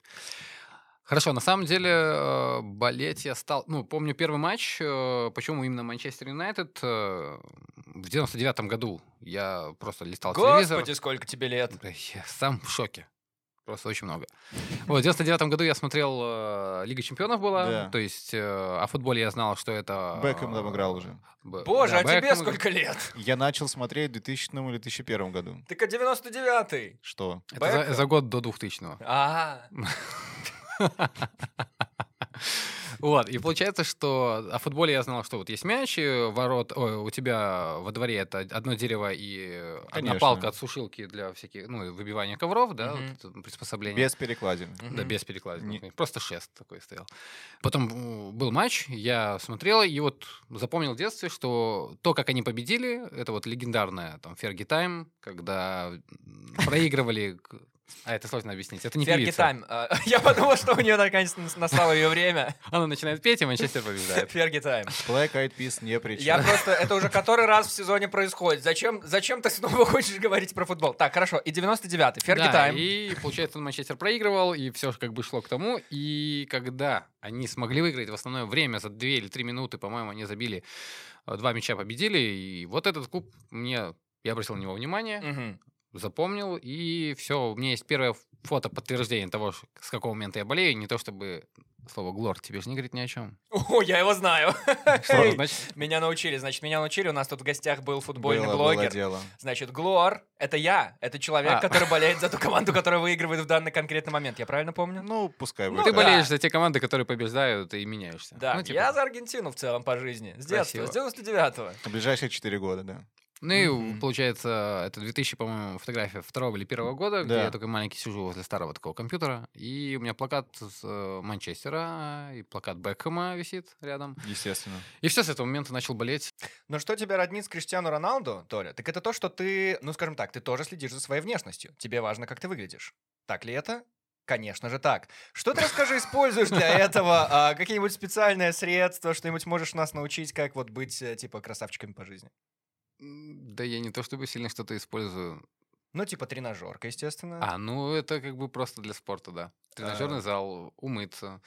Speaker 2: Хорошо, на самом деле э, болеть я стал... Ну, помню первый матч, э, почему именно Манчестер Юнайтед. э, В 99-м году я просто листал телевизор.
Speaker 3: Господи, сколько тебе лет.
Speaker 2: Да Я сам в шоке. Просто очень много. Вот, в 99 году я смотрел э, Лига Чемпионов была,
Speaker 1: Да.
Speaker 2: то есть э, о футболе я знал, что это...
Speaker 1: Бекхэм там играл уже.
Speaker 2: Б-
Speaker 3: Боже,
Speaker 2: да,
Speaker 3: а тебе
Speaker 2: Бекхэм играл.
Speaker 3: сколько лет?
Speaker 1: Я начал смотреть в 2000 или 2001 году.
Speaker 3: Так а 99-й.
Speaker 1: Что?
Speaker 2: Это
Speaker 3: Бекхэм?
Speaker 2: за, за год до 2000
Speaker 3: А,
Speaker 2: Вот, и получается, что о футболе я знал, что вот есть мяч, и ворот, ой, у тебя во дворе это одно дерево и э, одна
Speaker 1: Конечно.
Speaker 2: палка от сушилки для всяких, ну, выбивания ковров, да,
Speaker 3: Мгм.
Speaker 2: вот это приспособление.
Speaker 1: Без перекладин.
Speaker 2: Да,
Speaker 3: Мгм.
Speaker 2: без перекладин.
Speaker 1: Не-
Speaker 2: конечно. Просто шест такой стоял. Потом м, был матч, я смотрел, и вот запомнил в детстве, что то, как они победили, это вот легендарная там Ферги Тайм, когда м, проигрывали... к- А, это сложно объяснить. Это не
Speaker 3: Ферги
Speaker 2: певица.
Speaker 3: Тайм. А, <laughs> Я подумал, что у нее наконец настало ее время.
Speaker 2: Она начинает петь, и Манчестер
Speaker 3: <laughs>
Speaker 2: побеждает.
Speaker 3: Ферги Тайм.
Speaker 1: Black Eyed Peas
Speaker 2: <laughs>
Speaker 1: не при
Speaker 3: Я
Speaker 1: чём.
Speaker 3: просто... Это уже который раз в сезоне происходит. Зачем, зачем ты снова <laughs> хочешь говорить про футбол? Так, хорошо. И 99-й. Ферги
Speaker 2: Да,
Speaker 3: Тайм.
Speaker 2: и получается, Манчестер проигрывал, и все как бы шло к тому. И когда они смогли выиграть в основное время за 2 или 3 минуты, по-моему, они забили э, два мяча, победили. И вот этот клуб мне... Я обратил на него внимание.
Speaker 3: Мгм.
Speaker 2: запомнил, и все, у меня есть первое фото подтверждение того, ш- с какого момента я болею, не то чтобы слово «глор» тебе же не говорит ни о чем.
Speaker 3: О, я его знаю.
Speaker 2: <laughs> Что оно значит?
Speaker 3: <laughs> Меня научили, значит, меня научили. У нас тут в гостях был футбольный
Speaker 1: Было- было
Speaker 3: блогер.
Speaker 1: дело.
Speaker 3: Значит, Глор — это я. Это человек,
Speaker 2: А.
Speaker 3: который
Speaker 2: <laughs>
Speaker 3: болеет за ту команду, которая выигрывает в данный конкретный момент. Я правильно помню?
Speaker 1: Ну, пускай
Speaker 3: Ну,
Speaker 1: будет.
Speaker 2: Ты
Speaker 3: да.
Speaker 1: так.
Speaker 2: болеешь за те команды, которые побеждают и меняешься.
Speaker 3: Да,
Speaker 2: Ну, типа.
Speaker 3: я за Аргентину в целом по жизни. С детства,
Speaker 2: Красиво.
Speaker 3: с 99-го.
Speaker 1: В ближайшие 4 года, да.
Speaker 2: Ну и
Speaker 3: Мгм.
Speaker 2: получается, это 2000, по-моему, фотография второго или первого года, где
Speaker 1: Да.
Speaker 2: я такой маленький сижу возле старого такого компьютера, и у меня плакат с э, Манчестера, и плакат Бекхэма висит рядом.
Speaker 1: Естественно.
Speaker 2: И все, с этого момента начал болеть.
Speaker 3: Но что тебя роднит с Криштиану Роналду, Толя? Так это то, что ты, ну скажем так, ты тоже следишь за своей внешностью. Тебе важно, как ты выглядишь. Так ли это? Конечно же так. Что ты, расскажи, используешь для
Speaker 2: <laughs>
Speaker 3: этого? А, какие-нибудь специальные средства, что-нибудь можешь нас научить, как вот быть, э, типа, красавчиками по жизни?
Speaker 2: М, Да я не то чтобы сильно что-то использую.
Speaker 3: Ну, типа, тренажерка, естественно.
Speaker 2: А, ну это как бы просто для спорта, да. Тренажерный зал, умыться,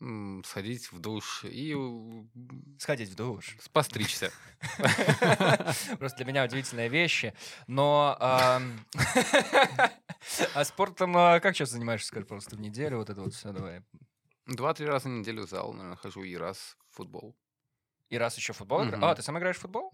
Speaker 2: м, сходить в душ и м,
Speaker 3: Сходить в душ.
Speaker 2: постричься.
Speaker 3: <laughs> Просто для меня удивительные вещи. Но ам, <laughs> а спортом а, как часто занимаешься, скажи, просто в неделю вот это вот все давай.
Speaker 2: Два-три раза в неделю в зал, наверное, хожу и раз в футбол.
Speaker 3: И раз еще футбол. игра-
Speaker 2: Мгм.
Speaker 3: А, ты сам играешь в футбол?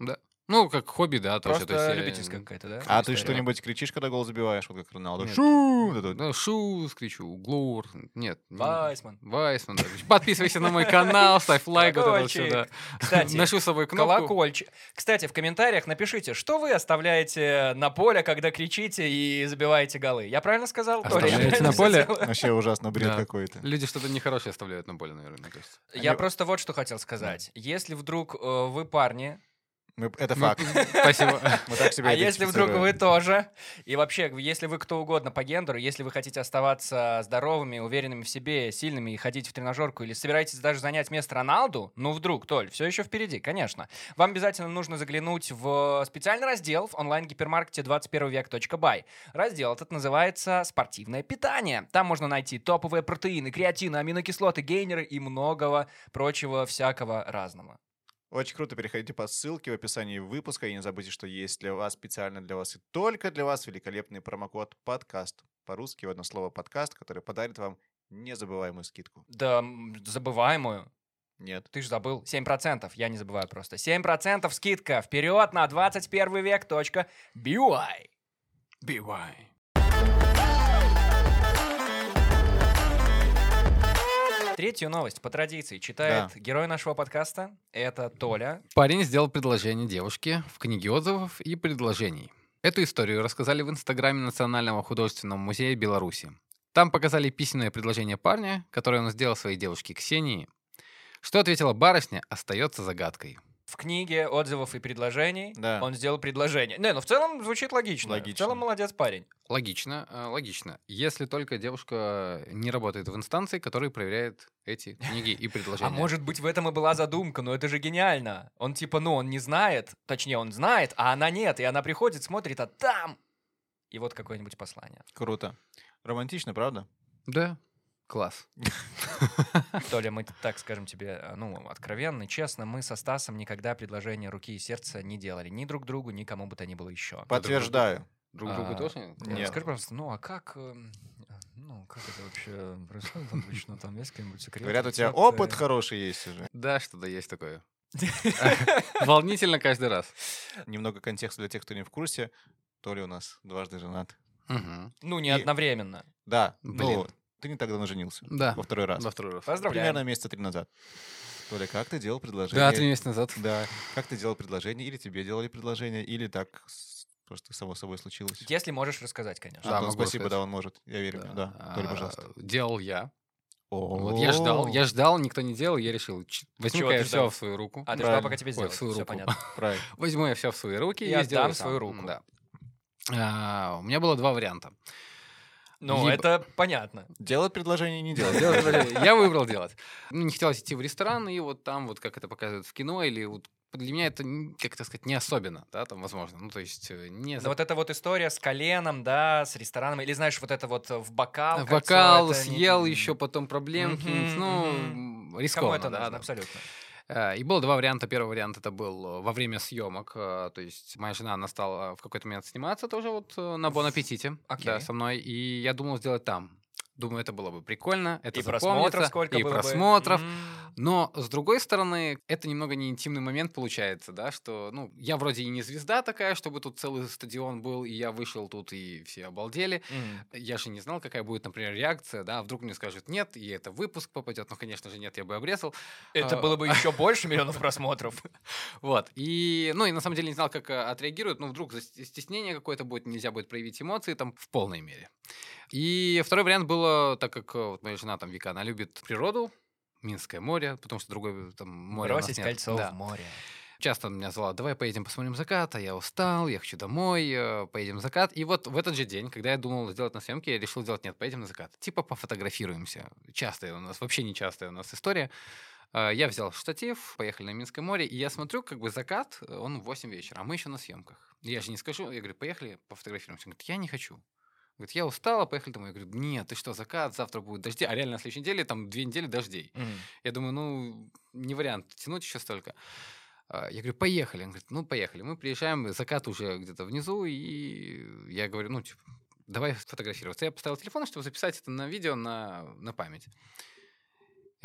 Speaker 2: Ну, как хобби, да. то есть, то
Speaker 3: Просто
Speaker 2: есть, э,
Speaker 3: любительская какая-то, да?
Speaker 1: А ты
Speaker 2: история.
Speaker 1: что-нибудь кричишь, когда гол забиваешь, вот как Роналду?
Speaker 2: Нет.
Speaker 1: Шу! Вот это вот.
Speaker 2: Да, шу, скричу, глор. Нет. не-
Speaker 3: Вайсман.
Speaker 2: Вайсман. да. Подписывайся на мой канал, ставь лайк вот это вот
Speaker 3: Колокольчик.
Speaker 2: сюда. <laughs>
Speaker 3: Кстати,
Speaker 2: Ношу с собой кнопку.
Speaker 3: Колокольчик. Кстати, в комментариях напишите, что вы оставляете на поле, когда кричите и забиваете голы. Я правильно сказал? Толя, я
Speaker 2: Оставляете
Speaker 3: правильно
Speaker 2: на поле?
Speaker 3: сделал?
Speaker 1: Вообще ужасно бред
Speaker 2: Да.
Speaker 1: какой-то.
Speaker 2: Люди что-то нехорошее оставляют на поле, наверное, мне кажется.
Speaker 3: Я
Speaker 1: Они-
Speaker 3: просто вот что хотел сказать. Если вдруг э, вы парни
Speaker 1: Мы- Это факт.
Speaker 2: Спасибо.
Speaker 1: Мы так себя
Speaker 3: А если вдруг
Speaker 1: идентифицируем.
Speaker 3: вы тоже, и вообще, если вы кто угодно по гендеру, если вы хотите оставаться здоровыми, уверенными в себе, сильными и ходить в тренажерку, или собираетесь даже занять место Роналду, ну вдруг, Толь, все еще впереди, конечно. Вам обязательно нужно заглянуть в специальный раздел в онлайн-гипермаркете 21век.бай. Раздел этот называется «Спортивное питание». Там можно найти топовые протеины, креатины, аминокислоты, гейнеры и многого прочего всякого разного.
Speaker 1: Очень круто. Переходите по ссылке в описании выпуска. И не забудьте, что есть для вас специально для вас и только для вас великолепный промокод подкаст. По-русски в одно слово подкаст, который подарит вам незабываемую скидку.
Speaker 3: Да, м, забываемую.
Speaker 1: Нет.
Speaker 3: Ты же забыл. 7%. Я не забываю просто. 7% скидка. Вперед на 21 век. Точка. BY.
Speaker 2: BY.
Speaker 3: Третью новость по традиции читает герой нашего подкаста. Это Толя.
Speaker 2: Парень сделал предложение девушке в книге отзывов и предложений. Эту историю рассказали в Инстаграме Национального художественного музея Беларуси. Там показали письменное предложение парня, которое он сделал своей девушке Ксении. Что ответила барышня, остается загадкой.
Speaker 3: В книге отзывов и предложений
Speaker 1: Да.
Speaker 3: он сделал предложение. Не, ну в целом звучит логично. В
Speaker 1: Логично.
Speaker 3: целом молодец парень.
Speaker 2: Логично, э, логично. Если только девушка не работает в инстанции, которая проверяет эти книги и предложения.
Speaker 3: <laughs> А может быть в этом и была задумка, но это же гениально. Он типа, ну он не знает, точнее он знает, а она нет. И она приходит, смотрит, а там... И вот какое-нибудь послание.
Speaker 1: Круто. Романтично, правда?
Speaker 2: Да. Класс.
Speaker 3: Толя, мы так скажем тебе, э, ну, откровенно, честно, мы со Стасом никогда предложение руки и сердца не делали. Ни друг другу, ни кому бы то ни было еще.
Speaker 1: Подтверждаю.
Speaker 2: Друг другу
Speaker 3: А,
Speaker 2: тоже?
Speaker 1: нет.
Speaker 3: Скажи, пожалуйста, ну а как... эм, э, Ну, как это вообще происходит обычно? Там есть какие-нибудь секреты?
Speaker 1: Говорят, у тебя
Speaker 3: рецепты?
Speaker 1: опыт хороший есть уже.
Speaker 2: Да, что-то есть
Speaker 3: <laughs>
Speaker 2: такое. <laughs> Волнительно каждый раз.
Speaker 1: Немного контекста для тех, кто не в курсе. То ли у нас дважды женат.
Speaker 2: Мгм.
Speaker 3: Ну, не
Speaker 1: И-
Speaker 3: одновременно.
Speaker 1: Да,
Speaker 2: Блин.
Speaker 1: ну, ты не так давно женился.
Speaker 2: Да.
Speaker 1: Во второй раз.
Speaker 2: Во второй раз.
Speaker 3: Поздравляем.
Speaker 1: Примерно месяца три назад. Толя, как ты делал предложение?
Speaker 2: Да, три месяца назад.
Speaker 1: Да. Как ты делал предложение? Или тебе делали предложение, или так с- просто само собой случилось?
Speaker 3: Если можешь рассказать, конечно.
Speaker 2: Да,
Speaker 1: Антон,
Speaker 2: могу
Speaker 1: спасибо,
Speaker 2: рассказать.
Speaker 1: да, он может. Я верю, в него, да. Толя,
Speaker 2: А,
Speaker 1: пожалуйста.
Speaker 2: Делал я. Вот я ждал, я ждал, никто не делал, я решил, ч- возьму-ка
Speaker 3: ты
Speaker 2: я
Speaker 3: ждал?
Speaker 2: все в свою руку.
Speaker 3: А ты ждал,
Speaker 1: Правильно.
Speaker 3: пока тебе
Speaker 2: Ой,
Speaker 3: сделают.
Speaker 2: в свою
Speaker 3: Все
Speaker 2: руку. <laughs>
Speaker 3: понятно.
Speaker 1: Правильно.
Speaker 2: Возьму я все в свои руки
Speaker 3: Я
Speaker 2: и сделаю
Speaker 3: отдам
Speaker 2: сам.
Speaker 3: свою руку.
Speaker 2: Да. А, у меня было два варианта.
Speaker 3: Ну,
Speaker 2: Либо-
Speaker 3: это понятно.
Speaker 1: <laughs> Делать предложение, не
Speaker 2: Делать,
Speaker 1: делать. <laughs>
Speaker 2: делать, делать. Я выбрал делать. Ну, Не хотелось идти в ресторан, и вот там, вот как это показывают в кино, или вот для меня это, н- как так сказать, не особенно, да, там, возможно. Ну, то есть, э, не...
Speaker 3: Но
Speaker 2: за-
Speaker 3: вот эта вот история с коленом, да, с рестораном, или знаешь, вот это вот э, в бокал. кольцо,
Speaker 2: Бокал
Speaker 3: это
Speaker 2: а,
Speaker 3: не-
Speaker 2: съел, еще потом проблемки,
Speaker 3: Мгм,
Speaker 2: ну,
Speaker 3: мгм.
Speaker 2: м,
Speaker 3: Кому
Speaker 2: рискованно,
Speaker 3: это
Speaker 2: да,
Speaker 3: нужно,
Speaker 2: да.
Speaker 3: абсолютно.
Speaker 2: Э, И было два варианта. Первый вариант это был э, во время съемок. э, То есть моя жена, она стала э, в какой-то момент сниматься тоже вот э, на Бон Аппетите.
Speaker 3: Окей.
Speaker 2: Да, со мной. И я думал сделать там. Думаю, это было бы прикольно. Это
Speaker 3: И просмотров
Speaker 2: запомнится,
Speaker 3: сколько
Speaker 2: И
Speaker 3: было бы.
Speaker 2: просмотров.
Speaker 3: М.
Speaker 2: Но, с другой стороны, это немного не интимный момент получается, да, что, ну, я вроде и не звезда такая, чтобы тут целый стадион был, и я вышел тут, и все обалдели.
Speaker 3: М.
Speaker 2: Я же не знал, какая будет, например, реакция, да, а вдруг мне скажут нет, и это в выпуск попадет, ну, конечно же, нет, я бы обрезал.
Speaker 3: Это
Speaker 2: А.
Speaker 3: было бы
Speaker 2: <laughs>
Speaker 3: еще больше миллионов просмотров.
Speaker 2: Вот. И, ну, и на самом деле не знал, как э, отреагируют. Ну, вдруг за- стеснение какое-то будет, нельзя будет проявить эмоции там в полной мере. И второй вариант было, так как э, вот моя жена там Вика, она любит природу, Минское море, потому что другое там море у нас
Speaker 3: Бросить
Speaker 2: нет.
Speaker 3: кольцо
Speaker 2: Да.
Speaker 3: в море.
Speaker 2: Часто она меня звала, давай поедем посмотрим закат, а я устал, я хочу домой, э, поедем на закат. И вот в этот же день, когда я думал сделать на съемке, я решил сделать, нет, поедем на закат. Типа пофотографируемся. Частая у нас, вообще не частая у нас история. Э, Я взял штатив, поехали на Минское море, и я смотрю, как бы закат, э, он в 8 вечера, а мы еще на съемках. Я же не скажу, я говорю, поехали пофотографируемся. Он говорит, я не хочу. Говорит, я устала, поехали домой. Я говорю, нет, ты что, закат, завтра будет дожди, а реально на следующей неделе там две недели дождей.
Speaker 3: М.
Speaker 2: Я думаю, ну, не вариант тянуть еще столько. А, Я говорю, поехали. Он говорит, ну, поехали. Мы приезжаем, закат уже где-то внизу, и я говорю, ну, типа, давай сфотографироваться. Я поставил телефон, чтобы записать это на видео, на, на память.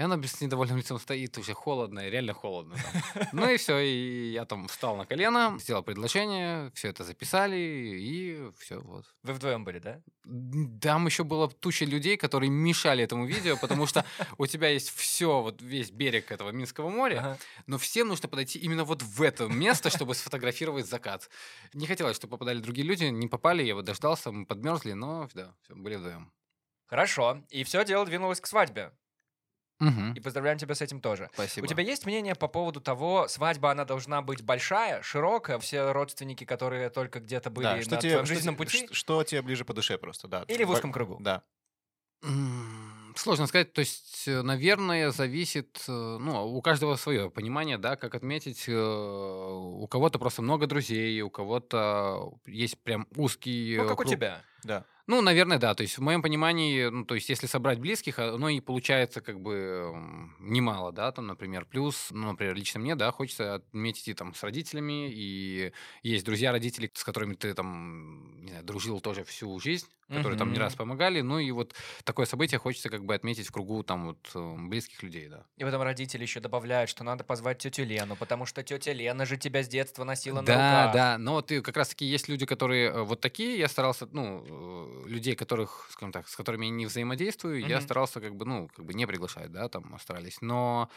Speaker 2: И она без недовольным лицом стоит, уже холодно, реально холодно. там. Ну и все, и я там встал на колено, сделал предложение, все это записали, и все, вот.
Speaker 3: Вы вдвоем были, да?
Speaker 2: Н- Там еще была туча людей, которые мешали этому видео, потому что <laughs> у тебя есть все, вот весь берег этого Минского моря,
Speaker 3: Ага.
Speaker 2: но всем нужно подойти именно вот в это место, чтобы сфотографировать закат. Не хотелось, чтобы попадали другие люди, не попали, я вот дождался, мы подмерзли, но да, все, были вдвоем.
Speaker 3: Хорошо. И все дело двинулось к свадьбе.
Speaker 2: Мгм.
Speaker 3: И поздравляем тебя с этим тоже.
Speaker 2: Спасибо.
Speaker 3: У тебя есть мнение по поводу того, свадьба, она должна быть большая, широкая, все родственники, которые только где-то были
Speaker 1: Да,
Speaker 3: на
Speaker 1: что тебе,
Speaker 3: твоем
Speaker 1: что,
Speaker 3: жизненном
Speaker 1: те-
Speaker 3: пути,
Speaker 1: ш- что тебе ближе по душе просто, да.
Speaker 3: или в
Speaker 1: Бо-
Speaker 3: узком кругу?
Speaker 1: Да.
Speaker 2: М, Сложно сказать, то есть, э, наверное, зависит, э, ну, у каждого свое понимание, да, как отметить, э, у кого-то просто много друзей, у кого-то есть прям узкий
Speaker 3: Ну,
Speaker 2: э,
Speaker 3: как у
Speaker 2: круг.
Speaker 3: тебя.
Speaker 1: Да.
Speaker 2: Ну, наверное, да, то есть в моем понимании, ну, то есть если собрать близких, оно и получается как бы м, немало, да, там, например, плюс, ну, например, лично мне, да, хочется отметить и там с родителями, и есть друзья, родители, с которыми ты там, не знаю, дружил тоже всю жизнь, которые там не
Speaker 3: Мгм.
Speaker 2: раз помогали. Ну и вот такое событие хочется как бы отметить в кругу там вот э, близких людей, да.
Speaker 3: И потом родители еще добавляют, что надо позвать тетю Лену, потому что тетя Лена же тебя с детства носила на
Speaker 2: да,
Speaker 3: руках.
Speaker 2: да, но вот и как раз-таки есть люди, которые э, вот такие, я старался, ну, э, людей, которых, скажем так, с которыми я не взаимодействую, я
Speaker 3: Мгм.
Speaker 2: старался как бы, ну, как бы не приглашать, да, там старались, но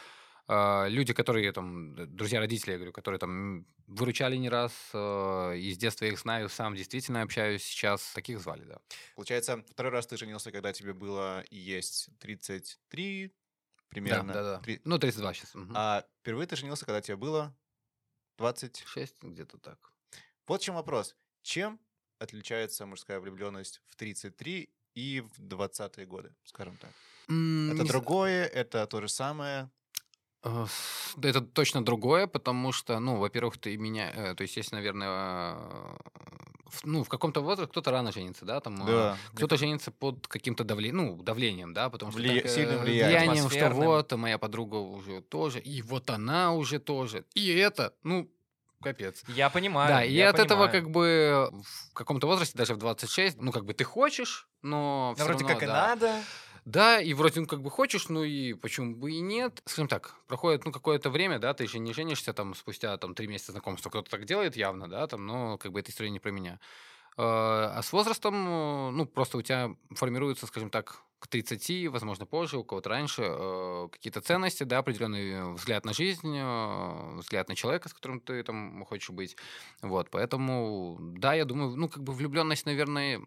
Speaker 2: э, люди, которые там, д- друзья родители, я говорю, которые там м, выручали не раз, э, и с детства я их знаю, сам действительно общаюсь сейчас, таких звали, да.
Speaker 1: Получается, второй раз ты женился, когда тебе было и есть 33 примерно.
Speaker 2: Да, да, да.
Speaker 1: Три-
Speaker 2: Ну, 32 сейчас. мгм.
Speaker 1: А впервые ты женился, когда тебе было 20.
Speaker 2: Шесть, где-то так.
Speaker 1: Вот в чем вопрос. Чем отличается мужская влюбленность в 33 и в 20-е годы, скажем так?
Speaker 2: М,
Speaker 1: Это
Speaker 2: не с-
Speaker 1: другое, это то же самое.
Speaker 2: Э, с- да Это точно другое, потому что, ну, во-первых, ты меня, э, то есть есть, наверное, э, в- ну, в каком-то возрасте кто-то рано женится, да, там, э,
Speaker 1: Да.
Speaker 2: кто-то женится под каким-то давле- ну, давлением, да, потому что
Speaker 1: Вли-
Speaker 2: так, э,
Speaker 1: сильным влиянием.
Speaker 2: что
Speaker 3: Атмосферным.
Speaker 2: вот моя подруга уже тоже, и вот она уже тоже, и это, ну, капец.
Speaker 3: Я понимаю.
Speaker 2: Да, и
Speaker 3: я
Speaker 2: от этого
Speaker 3: понимаю.
Speaker 2: как бы в каком-то возрасте, даже в 26, ну, как бы ты хочешь, но...
Speaker 3: Ну,
Speaker 2: всё
Speaker 3: вроде
Speaker 2: равно,
Speaker 3: как и
Speaker 2: да.
Speaker 3: надо.
Speaker 2: Да, и вроде ну, как бы хочешь, ну и почему бы и нет. Скажем так, проходит ну какое-то время, да, ты еще не женишься там спустя там три месяца знакомства. Кто-то так делает явно, да, там, но как бы эта история не про меня. Э, А с возрастом, э, ну, просто у тебя формируются, скажем так, к 30, возможно, позже, у кого-то раньше, э, какие-то ценности, да, определенный взгляд на жизнь, э, взгляд на человека, с которым ты там хочешь быть. Вот, поэтому, да, я думаю, ну, как бы влюбленность, наверное,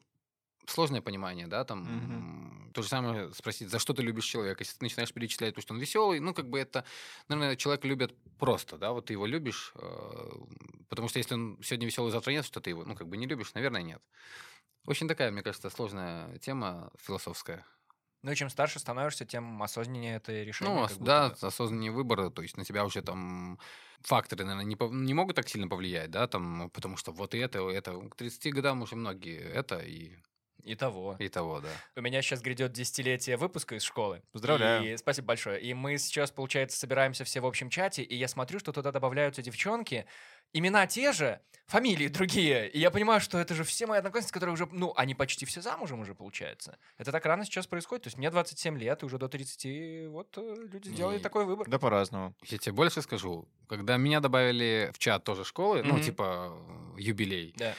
Speaker 2: сложное понимание, да, там,
Speaker 1: Мгм.
Speaker 2: м, то же самое спросить, за что ты любишь человека, если ты начинаешь перечислять, то, что он веселый, ну, как бы это, наверное, человека любят просто, да, вот ты его любишь, э, потому что если он сегодня веселый, завтра нет, что ты его, ну, как бы не любишь, наверное, нет. Очень такая, мне кажется, сложная тема философская.
Speaker 3: Ну и чем старше становишься, тем осознаннее это решение.
Speaker 2: Ну,
Speaker 3: как
Speaker 2: ос-
Speaker 3: будто
Speaker 2: да,
Speaker 3: бы.
Speaker 2: осознаннее выбора, то есть на тебя уже там факторы, наверное, не, пов- не могут так сильно повлиять, да, там, потому что вот и это, и это, к 30 годам уже многие это и,
Speaker 3: И того.
Speaker 2: и того, да.
Speaker 3: У меня сейчас грядет десятилетие выпуска из школы.
Speaker 1: Поздравляю.
Speaker 3: И спасибо большое. И мы сейчас, получается, собираемся все в общем чате, и я смотрю, что туда добавляются девчонки. Имена те же, фамилии другие. И я понимаю, что это же все мои одноклассницы, которые уже, ну, они почти все замужем уже, получается. Это так рано сейчас происходит. То есть мне 27 лет, и уже до 30, вот э, люди сделали
Speaker 2: И-
Speaker 3: такой выбор.
Speaker 1: Да по-разному.
Speaker 2: Я тебе больше скажу. Когда меня добавили в чат тоже школы, ну,
Speaker 3: Мгм.
Speaker 2: типа э, юбилей.
Speaker 3: Да.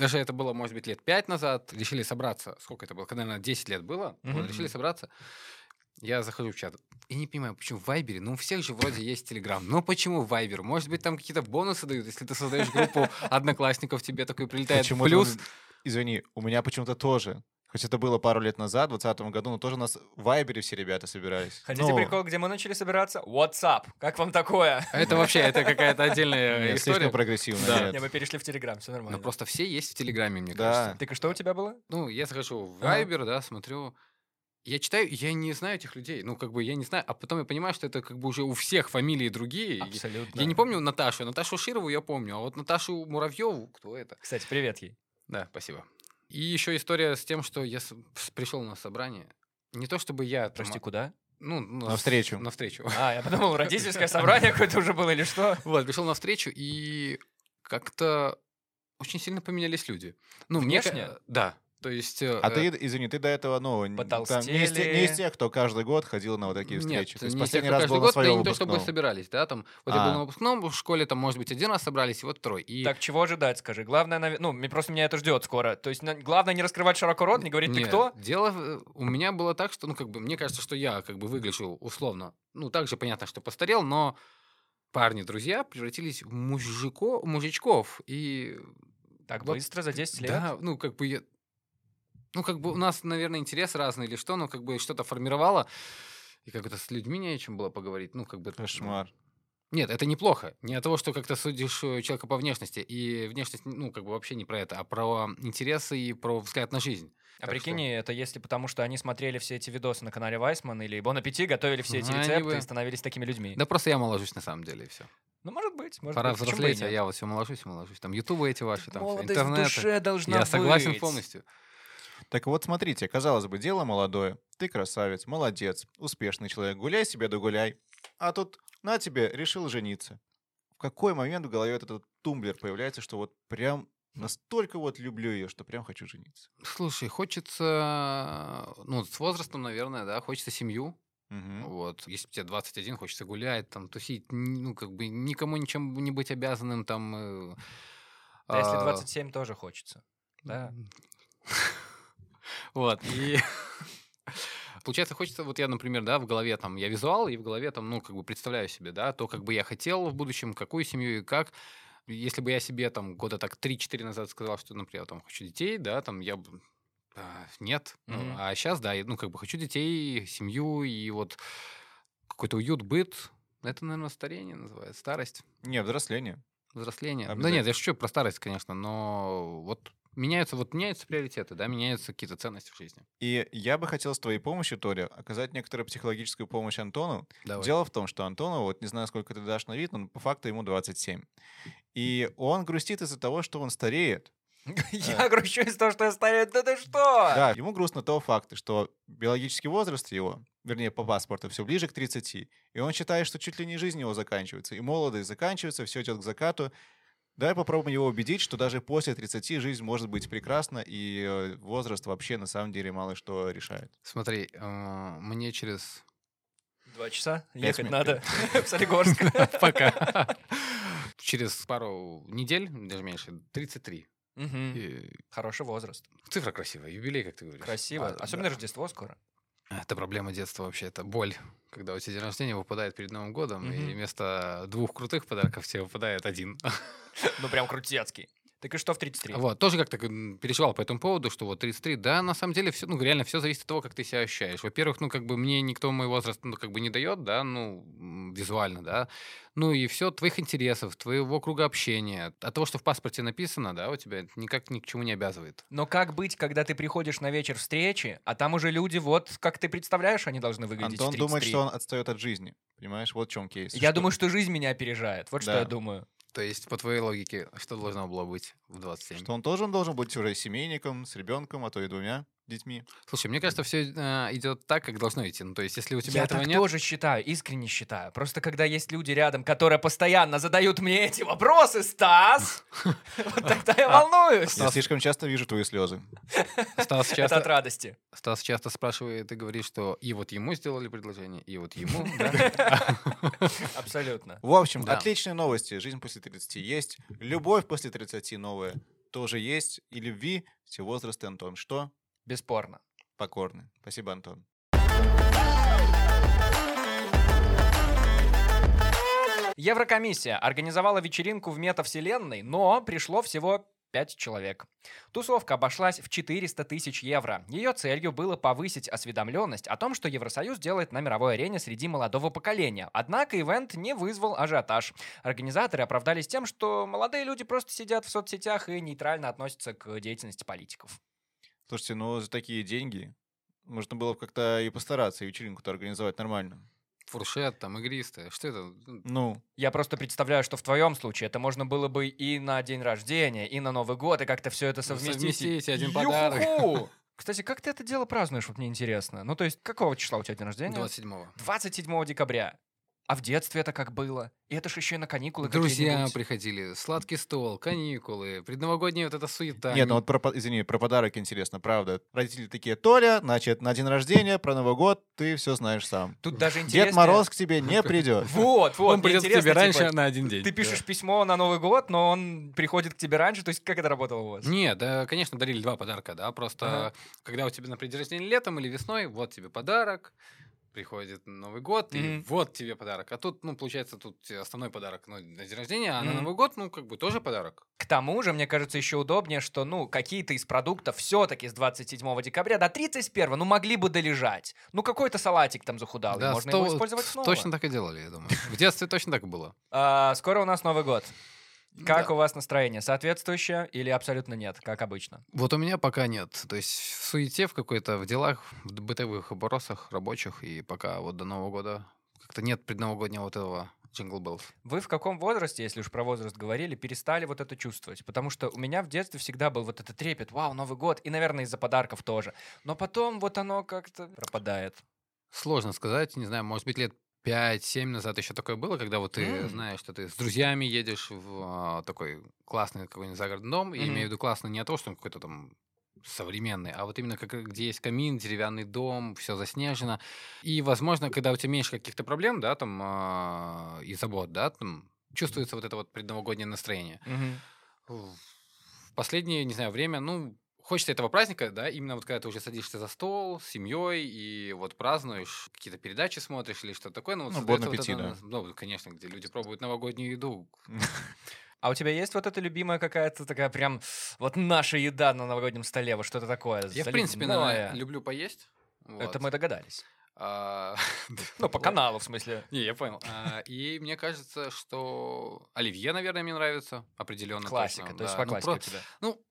Speaker 2: Даже это было, может быть, лет пять назад. Решили собраться. Сколько это было? Когда, наверное, 10 лет было. Вот,
Speaker 3: Мгм.
Speaker 2: решили собраться. Я захожу в чат. И не понимаю, почему в Вайбере? Ну, у всех же вроде есть Телеграм. Но почему Вайбер? Может быть, там какие-то бонусы дают, если ты создаешь группу одноклассников, тебе такой прилетает
Speaker 1: Почему-то
Speaker 2: плюс.
Speaker 3: <laughs>
Speaker 1: он- Извини, у меня почему-то тоже. Хоть это было пару лет назад, в 2020 году, но тоже у нас в Вайбере все ребята собирались.
Speaker 3: Хотите
Speaker 1: Ну,
Speaker 3: прикол, где мы начали собираться? WhatsApp. Как вам такое?
Speaker 2: А Это вообще, это какая-то отдельная
Speaker 1: нет, слишком
Speaker 2: история.
Speaker 1: прогрессивно.
Speaker 2: э, Да.
Speaker 1: нет.
Speaker 3: Не, мы перешли в Телеграм, все
Speaker 2: Но
Speaker 3: нормально.
Speaker 2: Ну, просто все есть в Телеграме, мне
Speaker 1: Да.
Speaker 2: кажется.
Speaker 3: Так и что у тебя было?
Speaker 2: Ну, я захожу в
Speaker 3: Ага.
Speaker 2: Viber, да, смотрю. Я читаю, я не знаю этих людей. Ну, как бы я не знаю, а потом я понимаю, что это как бы уже у всех фамилии другие. И
Speaker 3: Абсолютно.
Speaker 2: Я не помню Наташу. Наташу Широву я помню, а вот Наташу Муравьеву, кто это?
Speaker 3: Кстати, привет ей.
Speaker 2: Да, спасибо. И еще история с тем, что я пришел на собрание. Не то чтобы я... там,
Speaker 3: Прости,
Speaker 2: а,
Speaker 3: куда?
Speaker 2: ну, ну,
Speaker 1: На встречу.
Speaker 2: На встречу. <laughs>
Speaker 3: А, я подумал, родительское собрание какое-то уже было или что?
Speaker 2: Вот, пришел на встречу, и как-то очень сильно поменялись люди. Ну, мне ка-
Speaker 3: Внешне?
Speaker 2: Да. То есть... э,
Speaker 1: А ты, извини, ты до этого, ну, н- там, не, из, те- не из
Speaker 3: Потолстели.
Speaker 1: тех, кто каждый год ходил на вот такие встречи.
Speaker 2: Нет,
Speaker 1: То есть
Speaker 2: не
Speaker 1: последний
Speaker 2: всех,
Speaker 1: раз
Speaker 2: каждый
Speaker 1: был на
Speaker 2: год, да и
Speaker 1: своем
Speaker 2: не то чтобы
Speaker 1: выпускном.
Speaker 2: собирались, да, там, вот я был
Speaker 1: А.
Speaker 2: на выпускном, в школе там, может быть, один раз собрались, и вот второй. И...
Speaker 3: Так, чего ожидать, скажи? Главное, наве- ну, мне- просто меня это ждет скоро. То есть, на- главное не раскрывать широко рот, не говорить, ты
Speaker 2: Нет,
Speaker 3: кто?
Speaker 2: Дело в- у меня было так, что, ну, как бы, мне кажется, что я, как бы, выгляжу условно, ну, также понятно, что постарел, но парни-друзья превратились в мужико, мужичков, и...
Speaker 3: Так
Speaker 2: вот-
Speaker 3: быстро, за 10 лет.
Speaker 2: Да, ну, как бы, я... ну, как бы у нас, наверное, интерес разный или что, но как бы что-то формировало. И как-то с людьми не о чем было поговорить. Ну, как бы...
Speaker 1: Кошмар.
Speaker 2: Нет, это неплохо. Не от того, что как-то судишь э, человека по внешности. И внешность, ну, как бы вообще не про это, а про интересы и про взгляд на жизнь.
Speaker 3: А
Speaker 2: Так
Speaker 3: прикинь, это если потому, что они смотрели все эти видосы на канале Вайсман или Бон Аппети, готовили все эти
Speaker 2: Ну, Они
Speaker 3: рецепты
Speaker 2: бы-
Speaker 3: и становились такими людьми.
Speaker 2: Да просто я моложусь на самом деле, и все.
Speaker 3: Ну, может быть, может
Speaker 2: Пора
Speaker 3: быть. почему бы и
Speaker 2: взрослеть, а
Speaker 3: нет?
Speaker 2: я вот все моложусь, моложусь. Там ютубы эти ваши, там всё,
Speaker 3: Молодость в
Speaker 2: интернеты.
Speaker 3: душе должна
Speaker 2: Я согласен
Speaker 3: быть.
Speaker 2: полностью.
Speaker 1: Так вот, смотрите, казалось бы, дело молодое. Ты красавец, молодец, успешный человек. Гуляй себе, да гуляй. А тут на тебе, решил жениться. В какой момент в голове вот этот тумблер появляется, что вот прям настолько вот люблю ее, что прям хочу жениться?
Speaker 2: Слушай, хочется, ну, с возрастом, наверное, да, хочется семью.
Speaker 1: Мгм.
Speaker 2: Вот, если тебе 21, хочется гулять, там, тусить, н- ну, как бы никому ничем не быть обязанным, там... э,
Speaker 3: Да если
Speaker 2: а,
Speaker 3: 27 тоже хочется. да.
Speaker 2: <laughs> Вот, и... <laughs> Получается, хочется, вот я, например, да, в голове там, я визуал, и в голове там, ну, как бы представляю себе, да, то, как бы я хотел в будущем, какую семью и как. Если бы я себе там года так 3-4 назад сказал, что, например, там, хочу детей, да, там, я бы... а, нет. Ну,
Speaker 3: Мгм.
Speaker 2: а сейчас, да, я, ну, как бы хочу детей, семью и вот какой-то уют, быт. Это, наверное, старение называется, старость.
Speaker 1: Не, взросление.
Speaker 2: Взросление. Да
Speaker 1: Обязательно.
Speaker 2: нет, я шучу про старость, конечно, но вот меняются, вот меняются приоритеты, да, меняются какие-то ценности в жизни.
Speaker 1: И я бы хотел с твоей помощью, Толя, оказать некоторую психологическую помощь Антону,
Speaker 2: Давай.
Speaker 1: Дело в том, что Антону, вот не знаю, сколько ты дашь на вид, но по факту ему 27. И он грустит из-за того, что он стареет.
Speaker 3: Я грущу из-за того, что я старею. Да ты что?
Speaker 1: Да, ему грустно того факта, что биологический возраст его, вернее, по паспорту, все ближе к 30. И он считает, что чуть ли не жизнь его заканчивается. И молодость заканчивается, все идет к закату. Давай попробуем его убедить, что даже после 30 жизнь может быть прекрасна, и э, возраст вообще на самом деле мало что решает.
Speaker 2: Смотри, э, мне через... <laughs>
Speaker 3: Два часа
Speaker 1: Пять
Speaker 3: ехать
Speaker 1: минут.
Speaker 3: надо в Солигорск.
Speaker 2: Пока. Через пару недель, даже меньше, 33.
Speaker 3: Мгм.
Speaker 2: И
Speaker 3: Хороший возраст.
Speaker 2: Цифра красивая, юбилей, как ты говоришь.
Speaker 3: Красиво.
Speaker 2: А,
Speaker 3: Особенно
Speaker 2: да.
Speaker 3: Рождество скоро.
Speaker 2: Это проблема детства вообще, это боль. Когда у тебя день рождения выпадает перед Новым годом,
Speaker 3: Мгм.
Speaker 2: и вместо двух крутых подарков тебе выпадает один.
Speaker 3: Ну, прям крутецкий. Так и что в 33?
Speaker 2: Вот, тоже как-то м, переживал по этому поводу, что вот 33, да, на самом деле, все, ну, реально, все зависит от того, как ты себя ощущаешь. Во-первых, ну, как бы мне никто мой возраст, ну, как бы не дает, да, ну, м, визуально, да. Ну, и все от твоих интересов, твоего круга общения, от того, что в паспорте написано, да, у тебя это никак ни к чему не обязывает.
Speaker 3: Но как быть, когда ты приходишь на вечер встречи, а там уже люди, вот как ты представляешь, они должны выглядеть в
Speaker 1: Антон думает,
Speaker 3: 33?
Speaker 1: что он отстает от жизни. Понимаешь, вот в чем кейс.
Speaker 3: Я
Speaker 1: Что-
Speaker 3: думаю, что жизнь меня опережает. Вот что
Speaker 1: Да.
Speaker 3: я думаю.
Speaker 2: То есть, по твоей логике, что должно было быть в 27?
Speaker 1: что он тоже должен быть уже семейником, с ребенком, а то и двумя детьми.
Speaker 2: Слушай, мне кажется, все идет так, как должно идти. Ну, то есть, если у тебя
Speaker 3: я
Speaker 2: этого
Speaker 3: так
Speaker 2: нет...
Speaker 3: тоже считаю, искренне считаю. Просто когда есть люди рядом, которые постоянно задают мне эти вопросы, Стас, <laughs> вот тогда я волнуюсь.
Speaker 1: Я слишком часто вижу твои слезы.
Speaker 2: Стас
Speaker 3: <laughs> Это
Speaker 2: часто,
Speaker 3: от радости.
Speaker 2: Стас часто спрашивает и говорит, что и вот ему сделали предложение, и вот ему. да.
Speaker 3: Абсолютно.
Speaker 1: В общем,
Speaker 2: Да.
Speaker 1: отличные новости. Жизнь после 30 есть. Любовь после 30 новая тоже есть. И любви все возрасты, Антон. Что?
Speaker 3: Бесспорно.
Speaker 1: Покорны. Спасибо, Антон.
Speaker 3: Еврокомиссия организовала вечеринку в метавселенной, но пришло всего 5 человек. Тусовка обошлась в 400 тысяч евро. Ее целью было повысить осведомленность о том, что Евросоюз делает на мировой арене среди молодого поколения. Однако ивент не вызвал ажиотаж. Организаторы оправдались тем, что молодые люди просто сидят в соцсетях и нейтрально относятся к деятельности политиков.
Speaker 1: Слушайте, ну за такие деньги можно было бы как-то и постараться, и вечеринку-то организовать нормально.
Speaker 2: фуршет, там, игристое. Что это? Ну,
Speaker 1: Ну,
Speaker 3: Я просто представляю, что в твоем случае это можно было бы и на день рождения, и на Новый год, и как-то все это совместить.
Speaker 2: Ну, совместить, один
Speaker 3: Юху-ху!
Speaker 2: подарок. <laughs>
Speaker 3: Кстати, как ты это дело празднуешь, вот мне интересно. Ну, то есть, какого числа у тебя день рождения?
Speaker 2: 27-го.
Speaker 3: 27 декабря. А в детстве это как было? И это ж еще и на каникулы
Speaker 2: Друзья
Speaker 3: какие-нибудь.
Speaker 2: приходили, сладкий стол, каникулы, предновогодняя вот эта суета.
Speaker 1: нет, ну вот про, по- извини, про подарок интересно, правда. Родители такие, Толя, значит, на день рождения, про Новый год ты все знаешь сам.
Speaker 3: Тут даже интересно.
Speaker 1: Дед Мороз к тебе не придет.
Speaker 3: Вот, вот.
Speaker 2: Он
Speaker 3: мне
Speaker 2: придет к
Speaker 3: интересно,
Speaker 2: тебе раньше а
Speaker 3: типа,
Speaker 2: на один день.
Speaker 3: Ты пишешь письмо на Новый год, но он приходит к тебе раньше. То есть, как это работало у вас?
Speaker 2: Нет, да, конечно, дарили два подарка, да, просто
Speaker 3: Ага.
Speaker 2: когда у тебя, например, день рождения летом или весной, вот тебе подарок, приходит Новый год, и
Speaker 3: Мгм.
Speaker 2: вот тебе подарок. А тут, ну, получается, тут тебе основной подарок ну, на день рождения, а на
Speaker 3: Мгм.
Speaker 2: Новый год, ну, как бы тоже подарок.
Speaker 3: К тому же, мне кажется, еще удобнее, что, ну, какие-то из продуктов все-таки с 27 декабря до 31, ну, могли бы долежать. Ну, какой-то салатик там захудал,
Speaker 2: Да,
Speaker 3: можно
Speaker 2: сто-
Speaker 3: его использовать снова.
Speaker 2: Точно так и делали, я думаю. В детстве точно так и было.
Speaker 3: А, скоро у нас Новый год. Как
Speaker 2: Да.
Speaker 3: у вас настроение? Соответствующее или абсолютно нет, как обычно?
Speaker 2: Вот у меня пока нет. То есть в суете, в какой-то, в делах, в д- бытовых оборосах, рабочих, и пока вот до Нового года как-то нет предновогоднего вот этого джингл Bells.
Speaker 3: Вы в каком возрасте, если уж про возраст говорили, перестали вот это чувствовать? Потому что у меня в детстве всегда был вот этот трепет, вау, Новый год, и, наверное, из-за подарков тоже. Но потом вот оно как-то пропадает.
Speaker 2: Сложно сказать, не знаю, может быть, лет 5-7 назад еще такое было, когда вот ты
Speaker 3: М.
Speaker 2: знаешь, что ты с друзьями едешь в а, такой классный какой-нибудь загородный дом, и
Speaker 3: Мгм.
Speaker 2: имею в виду классный не то, что он какой-то там современный, а вот именно как, где есть камин, деревянный дом, все заснежено. И, возможно, когда у тебя меньше каких-то проблем, да, там, а, и забот, да, там, чувствуется вот это вот предновогоднее настроение. в последнее, не знаю, время, ну, хочется этого праздника, да, именно вот когда ты уже садишься за стол с семьей и вот празднуешь, какие-то передачи смотришь или что-то такое. Ну, вот
Speaker 1: Ну,
Speaker 2: создается
Speaker 1: Бон
Speaker 2: вот
Speaker 1: Аппетит,
Speaker 2: это,
Speaker 1: да.
Speaker 2: ну, конечно, где люди пробуют новогоднюю еду.
Speaker 3: А у тебя есть вот эта любимая какая-то такая прям вот наша еда на новогоднем столе, вот что-то такое?
Speaker 2: Я, в принципе,
Speaker 3: заливное?
Speaker 2: наверное, люблю поесть.
Speaker 3: Это
Speaker 2: Вот.
Speaker 3: мы догадались.
Speaker 2: А, <laughs>
Speaker 3: Ну, по
Speaker 2: вот.
Speaker 3: каналу, в смысле.
Speaker 2: <laughs> Не, я понял. А, И мне кажется, что оливье, наверное, мне нравится определенно.
Speaker 3: Классика,
Speaker 2: точно,
Speaker 3: то есть
Speaker 2: да.
Speaker 3: по
Speaker 2: Ну,
Speaker 3: классике
Speaker 2: про-
Speaker 3: у <laughs> тебя.
Speaker 2: Ну,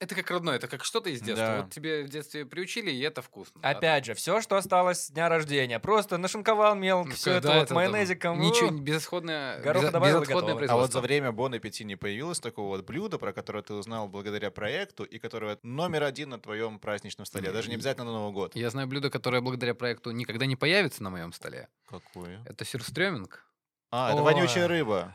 Speaker 2: это как родное, это как что-то из детства.
Speaker 1: Да.
Speaker 2: Вот тебе в детстве приучили, и это вкусно. да, там.
Speaker 3: Опять же, все, что осталось с дня рождения. Просто нашинковал мелко,
Speaker 2: Ну,
Speaker 3: все
Speaker 2: да,
Speaker 3: это вот
Speaker 2: там
Speaker 3: майонезиком.
Speaker 2: Ничего,
Speaker 3: у.
Speaker 2: безысходное,
Speaker 3: Гороха
Speaker 2: безо-
Speaker 3: добавил и
Speaker 1: А
Speaker 2: безотходное
Speaker 3: готово.
Speaker 1: вот
Speaker 2: производство.
Speaker 1: за время Бон Аппетит не появилось такого вот блюда, про которое ты узнал благодаря проекту и которое номер один на твоем праздничном столе,
Speaker 2: Нет,
Speaker 1: даже не
Speaker 2: не-
Speaker 1: обязательно на Новый год.
Speaker 2: Я знаю блюдо, которое благодаря проекту никогда не появится на моем столе.
Speaker 1: Какое?
Speaker 2: Это сюрстрёминг.
Speaker 1: А, это
Speaker 3: Ой.
Speaker 1: вонючая рыба.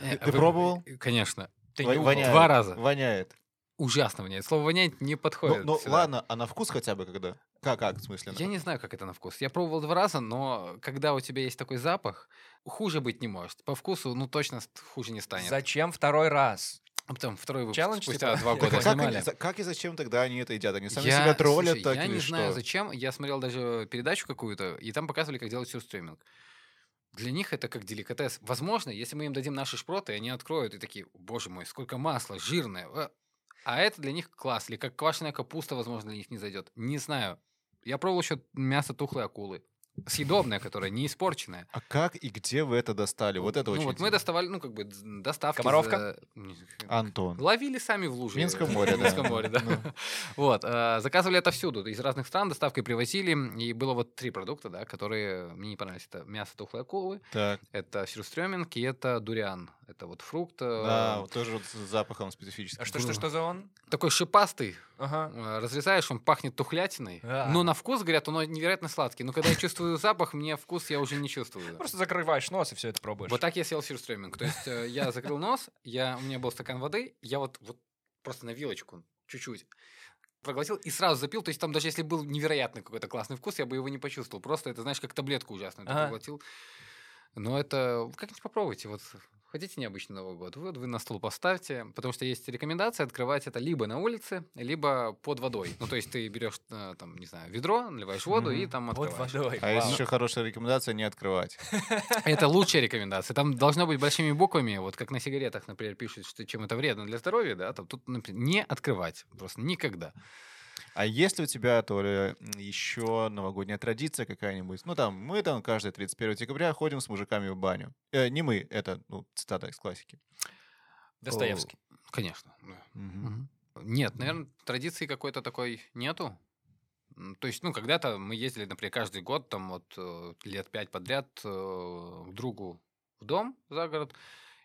Speaker 2: Э,
Speaker 1: А, Ты
Speaker 2: вы-
Speaker 1: пробовал?
Speaker 2: Конечно.
Speaker 3: Ты
Speaker 1: Во-
Speaker 3: нюхал.
Speaker 1: воняет.
Speaker 2: Два раза.
Speaker 1: Воняет.
Speaker 2: Ужасно воняет. Слово воняет не
Speaker 1: Ну
Speaker 2: подходит.
Speaker 1: ну,
Speaker 2: сюда.
Speaker 1: ладно, а на вкус хотя бы когда? Как, как, в смысле? на-
Speaker 2: Я не знаю, как это на вкус. Я пробовал два раза, но когда у тебя есть такой запах, хуже быть не может. По вкусу, ну, точно ст- хуже не станет.
Speaker 3: Зачем второй раз?
Speaker 2: А потом второй выпуск
Speaker 3: Челлендж,
Speaker 2: спустя
Speaker 3: типа?
Speaker 2: два
Speaker 1: Так а
Speaker 2: года
Speaker 1: как,
Speaker 2: снимали.
Speaker 1: они- за- как и зачем тогда они это едят? Они сами
Speaker 2: Я-
Speaker 1: себя троллят
Speaker 2: слушай,
Speaker 1: так
Speaker 2: Я
Speaker 1: или
Speaker 2: не знаю,
Speaker 1: что?
Speaker 2: зачем. Я смотрел даже передачу какую-то, и там показывали, как делать сюрстриминг. Для них это как деликатес. Возможно, если мы им дадим наши шпроты, они откроют и такие, боже мой, сколько масла, жирное. а». А это для них класс. Или как квашеная капуста, возможно, для них не зайдет. Не знаю. Я пробовал еще мясо тухлой акулы. Съедобное, которое не испорченное.
Speaker 1: А как и где вы это достали? Вот это
Speaker 2: ну,
Speaker 1: очень
Speaker 2: вот мы
Speaker 1: интересно.
Speaker 2: доставали, ну, как бы, д- доставки.
Speaker 3: Комаровка?
Speaker 2: за- не- <laughs>
Speaker 1: Антон.
Speaker 2: Ловили сами в луже.
Speaker 1: Минском
Speaker 2: <laughs>
Speaker 1: море,
Speaker 2: В
Speaker 1: да.
Speaker 2: Минском море, да.
Speaker 1: Ну.
Speaker 2: <laughs> Вот, э, заказывали отовсюду, из разных стран доставкой привозили, и было вот три продукта, да, которые мне не понравились. Это мясо тухлой акулы,
Speaker 1: Так,
Speaker 2: это сюрстрёминг и это дуриан. Это вот фрукт. э,
Speaker 1: да, вот тоже вот с запахом
Speaker 3: А
Speaker 1: специфическим.
Speaker 3: что, что, что за он?
Speaker 2: Такой шипастый,
Speaker 3: Ага.
Speaker 2: э, разрезаешь, он пахнет тухлятиной,
Speaker 3: Да.
Speaker 2: но на вкус, говорят, он невероятно сладкий. Но когда я чувствую запах, мне вкус я уже
Speaker 1: <laughs>
Speaker 2: не чувствую.
Speaker 3: Просто закрываешь нос и все это пробуешь.
Speaker 2: Вот так я съел сюрстрёминг. То есть э, я закрыл нос, я, у меня был стакан воды, я вот, вот просто на вилочку чуть-чуть проглотил и сразу запил. То есть там даже если был невероятный какой-то классный вкус, я бы его не почувствовал. Просто это, знаешь, как таблетку ужасную ты
Speaker 3: Ага.
Speaker 2: проглотил. Но это... Как-нибудь попробуйте. Вот хотите необычный Новый год, вот вы на стол поставьте, потому что есть рекомендация открывать это либо на улице, либо под водой. Ну, то есть ты берешь, э, там, не знаю, ведро, наливаешь воду и
Speaker 1: Мгм.
Speaker 2: там
Speaker 3: Под
Speaker 2: открываешь.
Speaker 3: водой.
Speaker 1: А есть
Speaker 3: вау.
Speaker 1: еще хорошая рекомендация не открывать.
Speaker 2: Это лучшая рекомендация. Там должно быть большими буквами, вот как на сигаретах, например, пишут, что чем это вредно для здоровья, да, там тут напи- не открывать просто никогда.
Speaker 1: А есть ли у тебя, Толя, еще новогодняя традиция какая-нибудь? Ну, там, мы там каждый 31 декабря ходим с мужиками в баню. Э, не мы, это, ну, цитата из классики.
Speaker 3: Достоевский.
Speaker 2: Конечно. ну, да. Мгм. Нет, наверное, традиции какой-то такой нету. М, То есть, ну, когда-то мы ездили, например, каждый год, там вот э, лет пять подряд э, к другу в дом за город,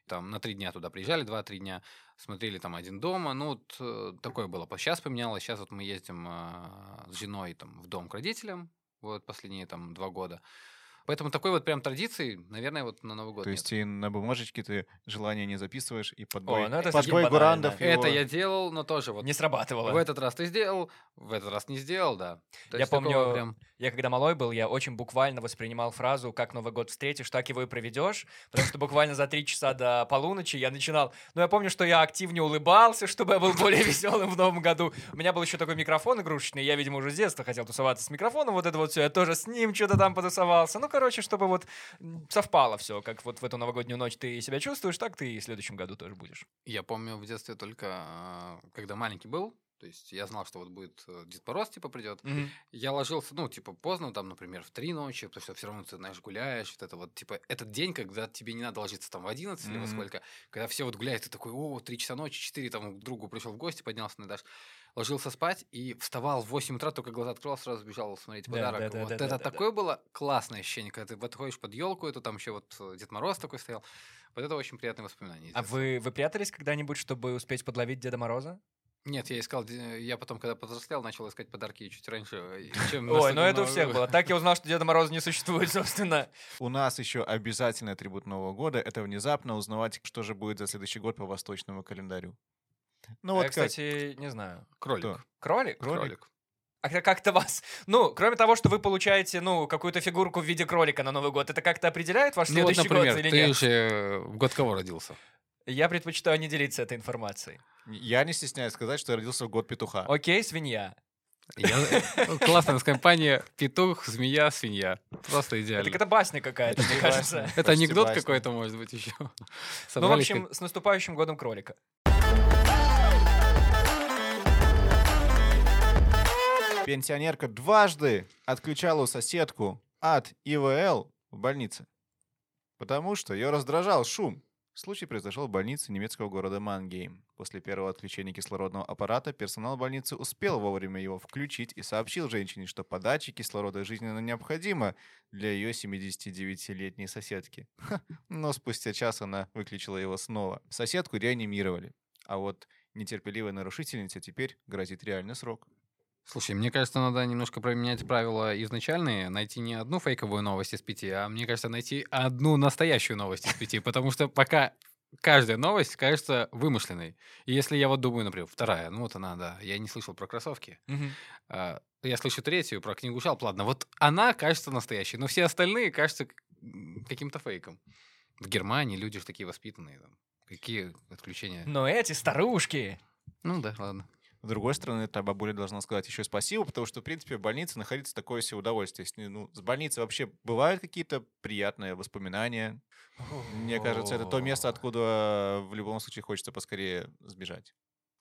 Speaker 2: там на три дня туда приезжали, два-три дня, смотрели там один дома, ну, вот э, такое было. Сейчас поменялось, сейчас вот мы а, ездим э, с женой там в дом к родителям, вот последние там два года. Поэтому такой вот прям традиции, наверное, вот на Новый год
Speaker 1: То
Speaker 2: нет.
Speaker 1: есть и на бумажечке ты желание не записываешь, и подбой,
Speaker 3: О, ну это
Speaker 1: подбой
Speaker 3: совсем
Speaker 1: гурандов
Speaker 3: банально.
Speaker 1: его-
Speaker 2: Это я делал, но тоже вот
Speaker 3: Не срабатывало.
Speaker 2: в этот раз ты сделал, в этот раз не сделал, да. То
Speaker 3: Я
Speaker 2: есть такого
Speaker 3: помню,
Speaker 2: прям-
Speaker 3: Я когда малой был, я очень буквально воспринимал фразу «как Новый год встретишь, так его и проведешь», потому что буквально за три часа до полуночи я начинал... Ну, я помню, что я активнее улыбался, чтобы я был более веселым в новом году. У меня был еще такой микрофон игрушечный, я, видимо, уже с детства хотел тусоваться с микрофоном, вот это вот все, я тоже с ним что-то там потусовался. Ну, короче, чтобы вот м, совпало все, как вот в эту новогоднюю ночь ты себя чувствуешь, так ты и в следующем году тоже будешь.
Speaker 2: Я помню в детстве только, а, когда маленький был, то есть я знал, что вот будет э, Дед Мороз, типа, придет. Я ложился, ну, типа, поздно, там, например, в три ночи, потому что все равно ты, знаешь, гуляешь, вот это вот, типа, этот день, когда тебе не надо ложиться там в 11 или во
Speaker 1: Мгм.
Speaker 2: сколько, когда все вот гуляют, ты такой, о, три часа ночи, 4, там, к другу пришел в гости, поднялся на этаж, ложился спать и вставал в 8 утра, только глаза открыл, сразу бежал смотреть
Speaker 3: Да,
Speaker 2: подарок.
Speaker 3: да, да,
Speaker 2: вот
Speaker 3: да,
Speaker 2: это
Speaker 3: да, да,
Speaker 2: такое было классное ощущение, когда ты подходишь под елку, это там еще вот э, Дед Мороз такой стоял. Вот это очень приятное воспоминание. из
Speaker 3: А
Speaker 2: детства.
Speaker 3: вы, вы прятались когда-нибудь, чтобы успеть подловить Деда Мороза?
Speaker 2: Нет, я искал, э, я потом, когда повзрослел, начал искать подарки чуть раньше, э,
Speaker 3: <laughs>
Speaker 2: чем... на
Speaker 3: Ой, ну
Speaker 2: самом
Speaker 3: это у
Speaker 2: Новом
Speaker 3: всех
Speaker 2: году.
Speaker 3: было. Так я узнал, что Деда Мороза не существует, собственно.
Speaker 1: У нас еще обязательный атрибут Нового года — это внезапно узнавать, что же будет за следующий год по восточному календарю. Ну
Speaker 3: Я,
Speaker 1: вот как.
Speaker 3: А, Э, кстати, не знаю.
Speaker 1: Кто?
Speaker 2: Кролик.
Speaker 3: Кролик?
Speaker 1: Кролик?
Speaker 3: А как- как-то вас... <laughs> Ну, кроме того, что вы получаете, ну, какую-то фигурку в виде кролика на Новый год, это как-то определяет ваш
Speaker 2: Ну вот,
Speaker 3: следующий год
Speaker 2: например,
Speaker 3: или
Speaker 2: ты
Speaker 3: нет?
Speaker 2: же э, в год кого родился?
Speaker 3: Я предпочитаю не делиться этой информацией.
Speaker 1: Я не стесняюсь сказать, что я родился в год петуха.
Speaker 3: Окей, свинья.
Speaker 2: э, Классная у нас компания «Петух, змея, свинья». Просто
Speaker 3: Это <laughs>
Speaker 2: идеально.
Speaker 3: какая-то басня какая-то,
Speaker 2: <laughs>
Speaker 3: мне кажется.
Speaker 2: Это
Speaker 1: Почти
Speaker 2: анекдот
Speaker 1: басня.
Speaker 2: какой-то, может быть, еще.
Speaker 3: Ну, в общем, с наступающим годом кролика.
Speaker 1: Пенсионерка дважды отключала соседку от ИВЛ в больнице, потому что ее раздражал шум. Случай произошел в больнице немецкого города Мангейм. После первого отключения кислородного аппарата персонал больницы успел вовремя его включить и сообщил женщине, что подача кислорода жизненно необходима для ее 79-летней соседки. Ха, Но спустя час она выключила его снова. Соседку реанимировали. А вот нетерпеливой нарушительнице теперь грозит реальный срок.
Speaker 2: Слушай, мне кажется, надо немножко променять правила изначальные, найти не одну фейковую новость из пяти, а, мне кажется, найти одну настоящую новость из пяти, потому что пока каждая новость кажется вымышленной. И если я вот думаю, например, вторая, ну вот она, да, я не слышал про кроссовки, а, я слышу третью, про книгу жалоб, ладно, вот она кажется настоящей, но все остальные кажутся к- м, каким-то фейком. В Германии люди же такие воспитанные, там. какие отключения.
Speaker 3: Но эти старушки...
Speaker 2: Ну да, ладно.
Speaker 1: С другой стороны, та бабуля должна сказать еще и спасибо, потому что, в принципе, в больнице находиться такое себе удовольствие. С ней, Ну, с больницы вообще бывают какие-то приятные воспоминания. Мне кажется, это то место, откуда э, в любом случае хочется поскорее сбежать.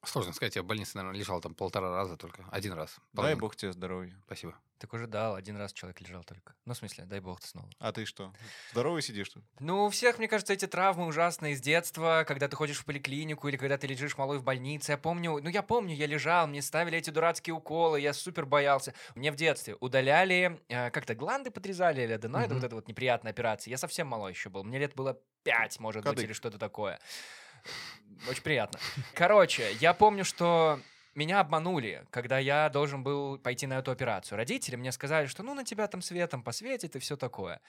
Speaker 2: Сложно сказать, я в больнице, наверное, лежал там полтора раза только, один раз.
Speaker 1: Дай
Speaker 2: Половинка.
Speaker 1: бог тебе здоровья.
Speaker 2: Спасибо.
Speaker 3: Так уже дал, один раз человек лежал только. Ну, в смысле, дай бог ты снова.
Speaker 1: А ты что? Здоровый сидишь тут?
Speaker 3: Ну, у всех, мне кажется, эти травмы ужасные с детства, когда ты ходишь в поликлинику или когда ты лежишь малой в больнице. Я помню, ну я помню, я лежал, мне ставили эти дурацкие уколы, я супер боялся. Мне в детстве удаляли, э, как-то гланды подрезали или аденоиды,
Speaker 2: Мгм.
Speaker 3: вот это вот неприятная операция. Я совсем малой еще был, мне лет было пять, может быть,
Speaker 1: Кадык.
Speaker 3: или что-то такое. Очень приятно. Короче, я помню, что меня обманули, когда я должен был пойти на эту операцию. Родители мне сказали, что ну на тебя там светом посветит и все такое.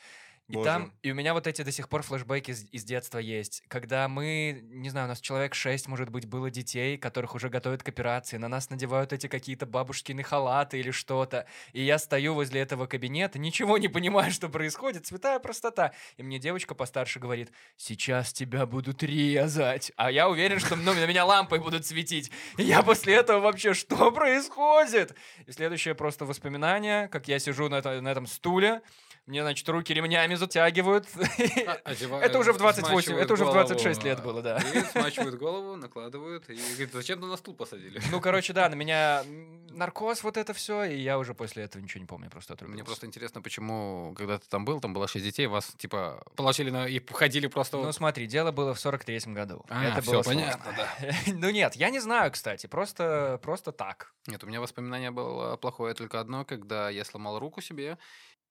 Speaker 3: И
Speaker 1: Боже.
Speaker 3: там, и у меня вот эти до сих пор флешбеки из, из детства есть, когда мы, не знаю, у нас человек 6, может быть, было детей, которых уже готовят к операции, на нас надевают эти какие-то бабушкины халаты или что-то, и я стою возле этого кабинета, ничего не понимаю, <laughs> что происходит, святая простота. И мне девочка постарше говорит, сейчас тебя будут резать, а я уверен, что ну, на меня лампой будут светить. И я после этого вообще, что происходит? И следующее просто воспоминание, как я сижу на, это- на этом стуле, мне, значит, руки ремнями затягивают. <laughs> Э,
Speaker 2: А,
Speaker 3: Это уже в 28, это уже в 26 лет было, да.
Speaker 2: э, И
Speaker 3: <laughs>
Speaker 2: смачивают голову, накладывают. И говорит, зачем ты на стул посадили?
Speaker 3: Ну, короче, да, на меня м, наркоз, вот это все, и я уже после этого ничего не помню, просто
Speaker 2: <laughs>
Speaker 3: отрубился.
Speaker 2: Мне просто интересно, почему, когда ты там был, там было 6 детей, вас, типа, положили на... и ходили просто...
Speaker 3: Ну,
Speaker 2: вот-
Speaker 3: смотри, дело было в 43-м году.
Speaker 2: А,
Speaker 3: это
Speaker 2: всё
Speaker 3: было
Speaker 2: понятно,
Speaker 3: сложно. <laughs> Ну нет, я не знаю, кстати, просто, просто так.
Speaker 2: Нет, у меня воспоминание было плохое только одно, когда я сломал руку себе.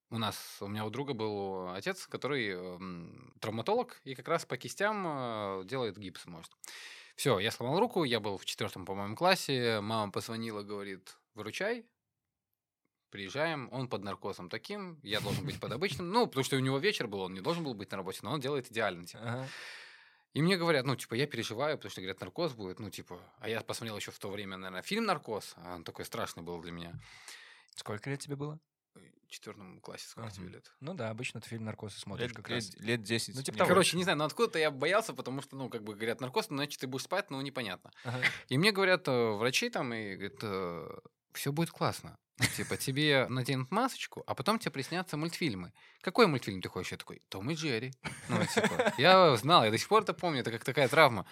Speaker 2: У нас, у меня у друга был отец, который эм, травматолог и как раз по кистям э, делает гипс, может. Все, я сломал руку, я был в четвертом, по-моему, классе. Мама позвонила, говорит, выручай. Приезжаем, он под наркозом таким, я должен быть под обычным. Ну, потому что у него вечер был, он не должен был быть на работе, но он делает идеально. типа.
Speaker 3: Ага.
Speaker 2: И мне говорят, ну, типа, я переживаю, потому что, говорят, наркоз будет, ну, типа, а я посмотрел еще в то время, наверное, фильм «Наркоз», а он такой страшный был для меня.
Speaker 3: Сколько лет тебе было?
Speaker 2: В четвертом классе сколько тебе
Speaker 3: Мгм.
Speaker 2: лет?
Speaker 3: Ну да, обычно ты фильм «Наркоз» и смотришь
Speaker 1: Лет,
Speaker 3: как раз.
Speaker 1: лет- лет 10.
Speaker 3: Ну, типа
Speaker 1: мне
Speaker 3: того.
Speaker 1: кажется.
Speaker 2: Короче, не знаю, но откуда-то я боялся, потому что, ну, как бы, говорят, наркоз, ну, значит, ты будешь спать, ну, непонятно.
Speaker 3: Ага.
Speaker 2: И мне говорят э, врачи там, и говорят, все будет классно. Ну, Типа, тебе наденут масочку, а потом тебе приснятся мультфильмы. Какой мультфильм ты хочешь? Я такой, Том и Джерри. Ну, типа, я знал, я до сих пор это помню, это как такая травма.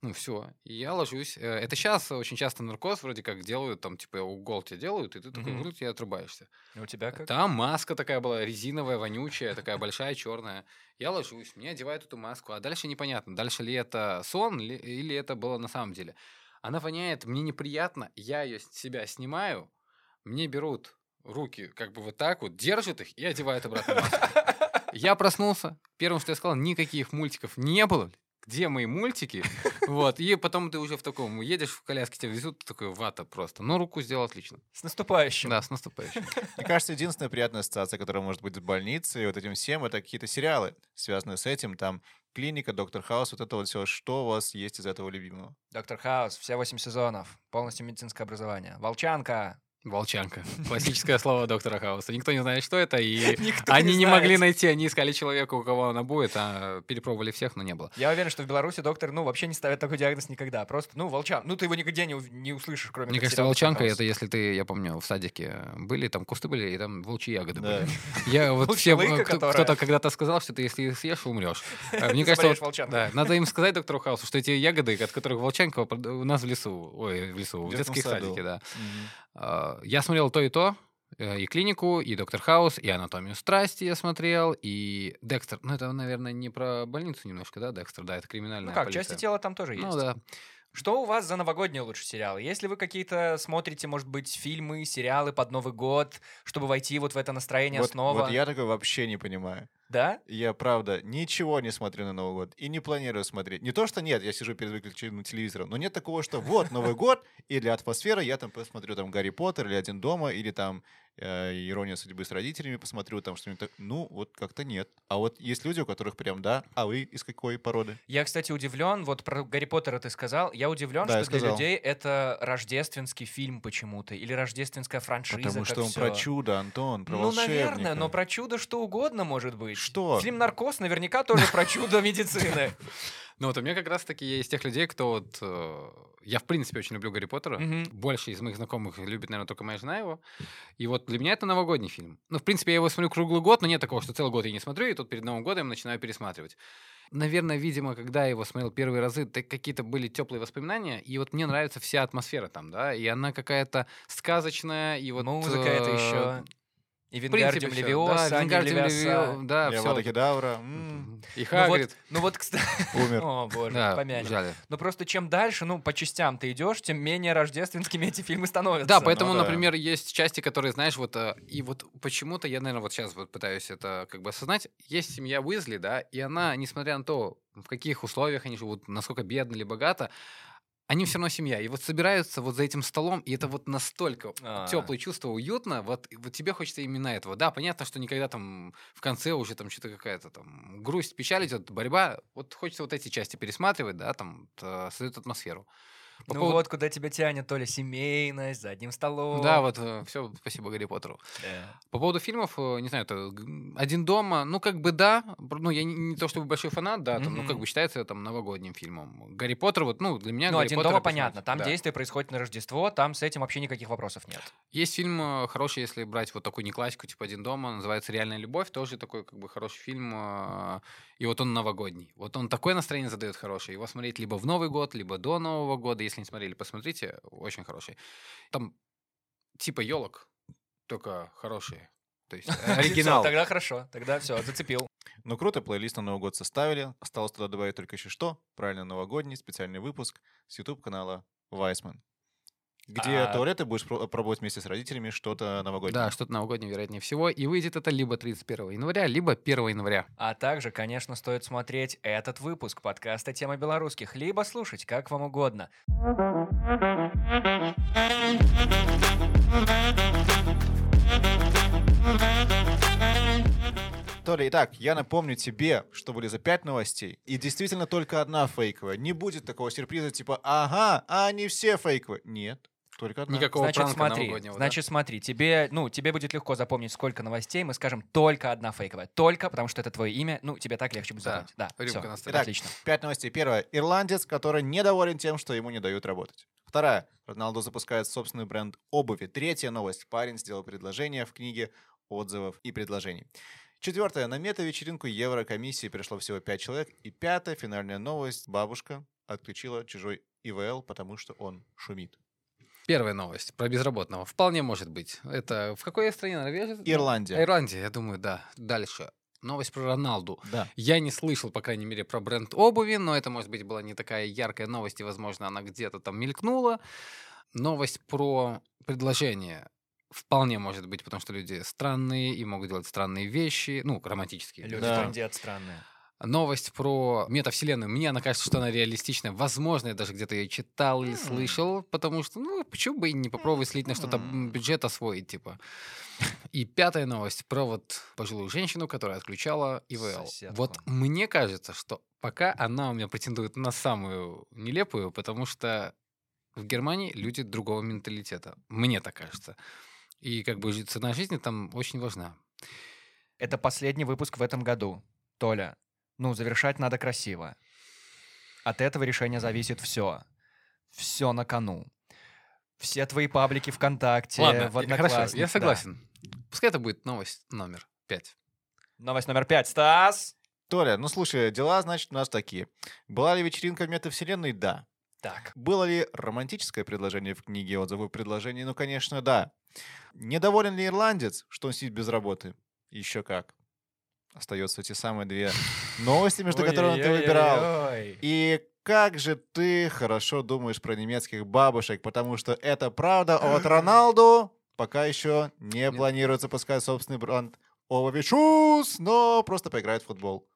Speaker 2: Ну, все, я ложусь. Э, Это сейчас очень часто наркоз вроде как делают, там, типа, угол тебе делают, и ты такой,
Speaker 3: Мгм.
Speaker 2: вдруг и отрубаешься.
Speaker 3: Ну, У тебя как?
Speaker 2: Там маска такая была, резиновая, вонючая, такая большая, черная. Я ложусь, мне одевают эту маску, а дальше непонятно, дальше ли это сон ли- или это было на самом деле. Она воняет, мне неприятно, я ее с себя снимаю, мне берут руки как бы вот так вот, держат их и одевают обратно маску. Я проснулся, первым, что я сказал, никаких мультиков не было, где мои мультики? Вот, и потом ты уже в таком, едешь в коляске, тебя везут, ты такой вата просто. Но руку сделал отлично.
Speaker 3: С наступающим.
Speaker 2: Да, с наступающим.
Speaker 1: Мне кажется, единственная приятная ассоциация, которая может быть с больницей и вот этим всем, это какие-то сериалы, связанные с этим, там клиника, доктор Хаус, вот это вот все, что у вас есть из этого любимого.
Speaker 3: Доктор Хаус, все восемь сезонов, полностью медицинское образование.
Speaker 2: <laughs>
Speaker 3: Волчанка.
Speaker 2: Волчанка.
Speaker 3: <laughs>
Speaker 2: Классическое слово доктора Хауса. Никто не знает, что это, и
Speaker 3: Никто
Speaker 2: они не
Speaker 3: знает.
Speaker 2: могли найти, они искали человека, у кого она будет, а перепробовали всех, но не было.
Speaker 3: Я уверен, что в Беларуси доктор, ну, вообще не ставят такой диагноз никогда. Просто, ну, волчан. Ну, ты его нигде не, ув- не услышишь, кроме
Speaker 2: Мне
Speaker 3: как
Speaker 2: кажется,
Speaker 3: сериала
Speaker 2: волчанка —
Speaker 3: «Доктор
Speaker 2: это если ты, я помню, в садике были, там кусты были, и там волчьи ягоды
Speaker 1: Да.
Speaker 2: были. <laughs> Я вот всем,
Speaker 3: Волчелыка,
Speaker 2: э, кто-
Speaker 3: которая-
Speaker 2: кто-то когда-то сказал, что ты если их съешь,
Speaker 3: <laughs>
Speaker 2: умрешь.
Speaker 3: Хаус.
Speaker 2: Мне
Speaker 3: Ты
Speaker 2: кажется,
Speaker 3: заболеешь
Speaker 2: вот-
Speaker 3: волчанкой.
Speaker 2: да, надо
Speaker 3: <laughs>
Speaker 2: им сказать доктору Хаусу, что эти ягоды, от которых волчанка прод- у нас в лесу, ой, в
Speaker 1: В
Speaker 2: лесу, в
Speaker 1: детском
Speaker 2: детских
Speaker 1: саду.
Speaker 2: садике, да. А, Я смотрел то и то. э, И клинику, и Доктор Хаус, и Анатомию страсти я смотрел, и Декстер. Ну, это, наверное, не про больницу немножко, да, Декстер? Да, это криминальная
Speaker 3: Ну как,
Speaker 2: полиция.
Speaker 3: части тела там тоже есть.
Speaker 2: Ну да.
Speaker 3: Что у вас за новогодние лучшие сериалы? Если вы какие-то смотрите, может быть, фильмы, сериалы под Новый год, чтобы войти вот в это настроение
Speaker 1: Вот,
Speaker 3: снова.
Speaker 1: вот я такой вообще не понимаю.
Speaker 3: Да?
Speaker 1: Я, правда, ничего не смотрю на Новый год и не планирую смотреть. Не то, что нет, я сижу перед выключенным телевизором, но нет такого, что вот Новый год, и для атмосферы я там посмотрю там Гарри Поттер или Один дома, или там э, Ирония судьбы с родителями посмотрю, там что-нибудь так- Ну, вот как-то нет. А вот есть люди, у которых прям да, а вы из какой породы?
Speaker 3: Я, кстати, удивлен. Вот про Гарри Поттера ты сказал. Я удивлен,
Speaker 1: Да, я
Speaker 3: что для
Speaker 1: сказал.
Speaker 3: людей это рождественский фильм почему-то. Или рождественская франшиза.
Speaker 1: Потому
Speaker 3: как
Speaker 1: что он
Speaker 3: всё.
Speaker 1: про чудо, Антон, про
Speaker 3: Ну, наверное,
Speaker 1: волшебника.
Speaker 3: но про чудо что угодно может быть.
Speaker 1: Что?
Speaker 3: Фильм «Наркоз» наверняка тоже про чудо
Speaker 1: <laughs>
Speaker 3: медицины.
Speaker 2: Ну вот у меня как раз-таки я из тех людей, кто вот... э, Я, в принципе, очень люблю Гарри Поттера.
Speaker 3: Мгм.
Speaker 2: Больше из моих знакомых любит, наверное, только моя жена его. И вот для меня это новогодний фильм. Ну, в принципе, я его смотрю круглый год, но нет такого, что целый год я не смотрю, и тут перед Новым годом начинаю пересматривать. Наверное, видимо, когда я его смотрел первые разы, так какие-то были теплые воспоминания, и вот мне нравится вся атмосфера там, да, и она какая-то сказочная, и вот...
Speaker 3: Музыка это
Speaker 2: э,
Speaker 3: еще... Ну, И
Speaker 2: в принципе,
Speaker 3: «Вингардиум
Speaker 2: всё.
Speaker 3: Левиоса»,
Speaker 2: да,
Speaker 3: «Ани
Speaker 2: Вингардиум
Speaker 3: Левиаса».
Speaker 2: Левио- да, всё.
Speaker 1: Авада Кедавра, м,
Speaker 2: Мгм. И
Speaker 3: Ну вот-
Speaker 2: Хагрид,
Speaker 3: Ну
Speaker 1: <laughs>
Speaker 3: вот, кстати...
Speaker 1: умер.
Speaker 3: О, боже,
Speaker 2: да,
Speaker 3: помянем.
Speaker 2: жаль.
Speaker 3: Но просто чем дальше, ну, по частям ты идешь, тем менее рождественскими эти фильмы становятся.
Speaker 2: Да, поэтому,
Speaker 1: да.
Speaker 2: например, есть части, которые, знаешь, вот э, и вот почему-то я, наверное, вот сейчас вот пытаюсь это как бы осознать. Есть семья Уизли, да, и она, несмотря на то, в каких условиях они живут, насколько бедно или богато, они все равно семья. И вот собираются вот за этим столом, и это вот настолько
Speaker 3: А.
Speaker 2: теплое чувство, уютно. Вот, и вот тебе хочется именно этого. Да, понятно, что никогда там в конце уже там что-то какая-то там грусть, печаль идет, борьба. Вот хочется вот эти части пересматривать, да, там э, создает атмосферу. По
Speaker 3: Ну
Speaker 2: поводу-
Speaker 3: вот, куда тебя тянет, то ли семейность, за одним столом.
Speaker 2: Да, вот все, спасибо Гарри Поттеру.
Speaker 3: Да.
Speaker 2: По поводу фильмов, э, не знаю, это г- «Один дома», ну, как бы да, бр- ну, я не, не то чтобы большой фанат, да, там, ну,
Speaker 3: Мгм.
Speaker 2: как бы считается это, там новогодним фильмом. «Гарри Поттер», вот, ну, для меня
Speaker 3: Ну,
Speaker 2: «Гарри
Speaker 3: один
Speaker 2: Поттера»
Speaker 3: дома
Speaker 2: почему-то-
Speaker 3: понятно. Там
Speaker 2: да.
Speaker 3: действие происходит на Рождество, там с этим вообще никаких вопросов
Speaker 2: <laughs>
Speaker 3: нет.
Speaker 2: Есть фильм э, хороший, если брать вот такую не классику, типа «Один дома», называется «Реальная любовь», тоже такой, как бы, хороший фильм, э, и вот он новогодний. Вот он такое настроение задает хорошее, его смотреть либо в Новый год, либо до Нового года, если не смотрели, посмотрите, очень хороший. Там типа елок, только хорошие. То есть э,
Speaker 3: Всё,
Speaker 2: оригинал.
Speaker 3: Тогда хорошо, тогда все, зацепил.
Speaker 1: Ну круто, плейлист на Новый год составили. Осталось туда добавить только еще что. Правильно, новогодний специальный выпуск с YouTube-канала Вайсман. Где
Speaker 3: А-
Speaker 1: туалеты будешь про- пробовать вместе с родителями что-то новогоднее.
Speaker 2: Да, что-то новогоднее, вероятнее всего. И выйдет это либо 31 января, либо 1 января.
Speaker 3: А также, конечно, стоит смотреть этот выпуск подкаста «Тема белорусских», либо слушать, как вам угодно.
Speaker 1: Анатолий, итак, я напомню тебе, что были за пять новостей, и действительно только одна фейковая. Не будет такого сюрприза, типа, ага, а они все фейковые. Нет, только одна.
Speaker 2: Никакого
Speaker 3: Э, Значит,
Speaker 2: пранка
Speaker 3: смотри,
Speaker 2: новогоднего, да?
Speaker 3: значит, смотри, тебе, ну, тебе будет легко запомнить, сколько новостей. Мы скажем только одна фейковая. Только, потому что это твое имя. Ну, тебе так легче будет
Speaker 2: Да.
Speaker 3: запомнить. Да,
Speaker 2: Рюмка
Speaker 3: всё,
Speaker 2: на столе.
Speaker 1: Итак,
Speaker 3: отлично.
Speaker 1: Пять новостей. Первое. Ирландец, который недоволен тем, что ему не дают работать. Вторая. Роналду запускает собственный бренд обуви. Третья новость. Парень сделал предложение в книге отзывов и предложений. Четвертое. На мета-вечеринку Еврокомиссии пришло всего пять человек. И пятая финальная новость. Бабушка отключила чужой ИВЛ, потому что он шумит.
Speaker 2: Первая новость про безработного. Вполне может быть. Это в какой стране? Норвегия?
Speaker 1: Ирландия.
Speaker 2: Ирландия, я думаю, да. Дальше. Новость про Роналду.
Speaker 1: Да.
Speaker 2: Я не слышал, по крайней мере, про бренд обуви, но это, может быть, была не такая яркая новость, и, возможно, она где-то там мелькнула. Новость про предложение. Вполне может быть, потому что люди странные и могут делать странные вещи, ну, романтические.
Speaker 3: Люди
Speaker 1: Да.
Speaker 3: трындят странные.
Speaker 2: Новость про метавселенную. Мне она кажется, что она реалистичная. Возможно, я даже где-то ее читал или
Speaker 1: М.
Speaker 2: слышал, потому что, ну, почему бы и не попробовать слить на что-то м,
Speaker 1: М.
Speaker 2: бюджет освоить, типа. И пятая новость про вот пожилую женщину, которая отключала ИВЛ.
Speaker 3: Соседку.
Speaker 2: Вот мне кажется, что пока она у меня претендует на самую нелепую, потому что в Германии люди другого менталитета. Мне так кажется. И как бы жи- цена жизни там очень важна.
Speaker 3: Это последний выпуск в этом году. Толя, ну, завершать надо красиво. От этого решения зависит все. Все на кону. Все твои паблики ВКонтакте,
Speaker 2: Ладно,
Speaker 3: в
Speaker 2: я- хорошо,
Speaker 3: Одноклассниках,
Speaker 2: я
Speaker 3: да.
Speaker 2: согласен. Пускай это будет новость номер пять.
Speaker 3: Новость номер пять. Стас!
Speaker 1: Толя, ну слушай, дела, значит, у нас такие. Была ли вечеринка в метавселенной? Да.
Speaker 3: Так.
Speaker 1: Было ли романтическое предложение в книге отзывы предложений? Ну, конечно, да. Недоволен ли ирландец, что он сидит без работы? Еще как. Остаются те самые
Speaker 2: <laughs>
Speaker 1: две новости, между которыми ты выбирал.
Speaker 3: Ой-ой-ой-ой.
Speaker 1: И как же ты хорошо думаешь про немецких бабушек, потому что это правда а
Speaker 2: <laughs>
Speaker 1: вот Роналду. Пока еще не
Speaker 2: Нет.
Speaker 1: планирует запускать собственный бренд обуви Shoes, но просто поиграет в футбол.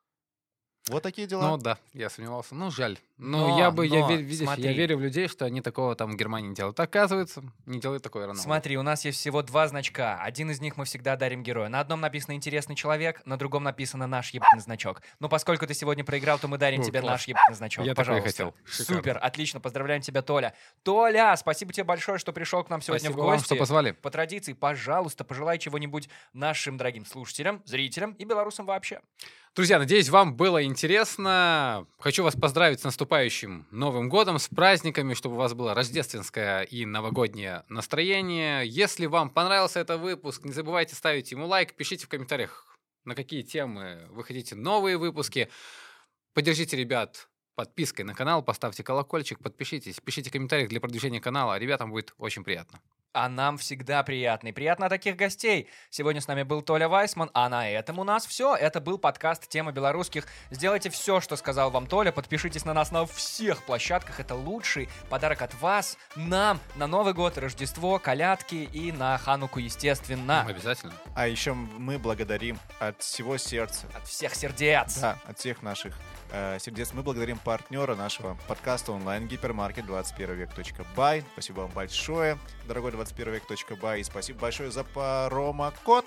Speaker 1: Вот такие
Speaker 2: Ну
Speaker 1: дела.
Speaker 2: да, я сомневался. Ну, жаль. Но,
Speaker 3: Но,
Speaker 2: я бы, я,
Speaker 3: но,
Speaker 2: верю, видишь, я
Speaker 3: ну а, смотри.
Speaker 2: верю в людей, что они такого там в Германии не делают. Оказывается, не делают такое Роналду.
Speaker 3: Смотри, у нас есть всего два значка. Один из них мы всегда дарим герою. На одном написано «Интересный человек», на другом написано «Наш ебаный значок». Но поскольку ты сегодня проиграл, то мы дарим
Speaker 2: Ну,
Speaker 3: тебе
Speaker 2: класс.
Speaker 3: наш ебаный значок.
Speaker 2: Я такой и
Speaker 3: Пожалуйста.
Speaker 2: хотел. Шикарно.
Speaker 3: Супер, отлично, поздравляем тебя, Толя. Толя, спасибо тебе большое, что пришел к нам сегодня
Speaker 2: Спасибо
Speaker 3: в
Speaker 2: вам,
Speaker 3: гости.
Speaker 2: что позвали.
Speaker 3: По традиции, пожалуйста, пожелай чего-нибудь нашим дорогим слушателям, зрителям и белорусам вообще.
Speaker 2: Друзья, надеюсь, вам было интересно. Хочу вас поздравить с наступающим Новым годом, с праздниками, чтобы у вас было рождественское и новогоднее настроение. Если вам понравился этот выпуск, не забывайте ставить ему лайк, пишите в комментариях, на какие темы вы хотите новые выпуски. Поддержите ребят подпиской на канал, поставьте колокольчик, подпишитесь, пишите комментарии для продвижения канала. Ребятам будет очень приятно.
Speaker 3: А нам всегда приятно. И приятно от таких гостей. Сегодня с нами был Толя Вайсман, а на этом у нас все. Это был подкаст «Тема белорусских». Сделайте все, что сказал вам Толя. Подпишитесь на нас на всех площадках. Это лучший подарок от вас, нам, на Новый год, Рождество, колядки и на Хануку, естественно.
Speaker 2: Обязательно.
Speaker 1: А еще мы благодарим от всего сердца
Speaker 3: От всех сердец.
Speaker 1: Да, от всех наших э, сердец мы благодарим партнера нашего подкаста онлайн гипермаркет 21век.бай. Спасибо вам большое, дорогой 21век.бай. И спасибо большое за промокод,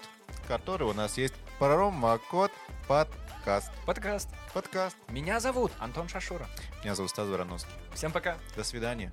Speaker 1: который у нас есть. Промокод подкаст.
Speaker 3: Подкаст.
Speaker 1: Подкаст.
Speaker 3: Меня зовут Антон Шашура.
Speaker 1: Меня зовут Стас Барановский.
Speaker 3: Всем пока.
Speaker 1: До свидания.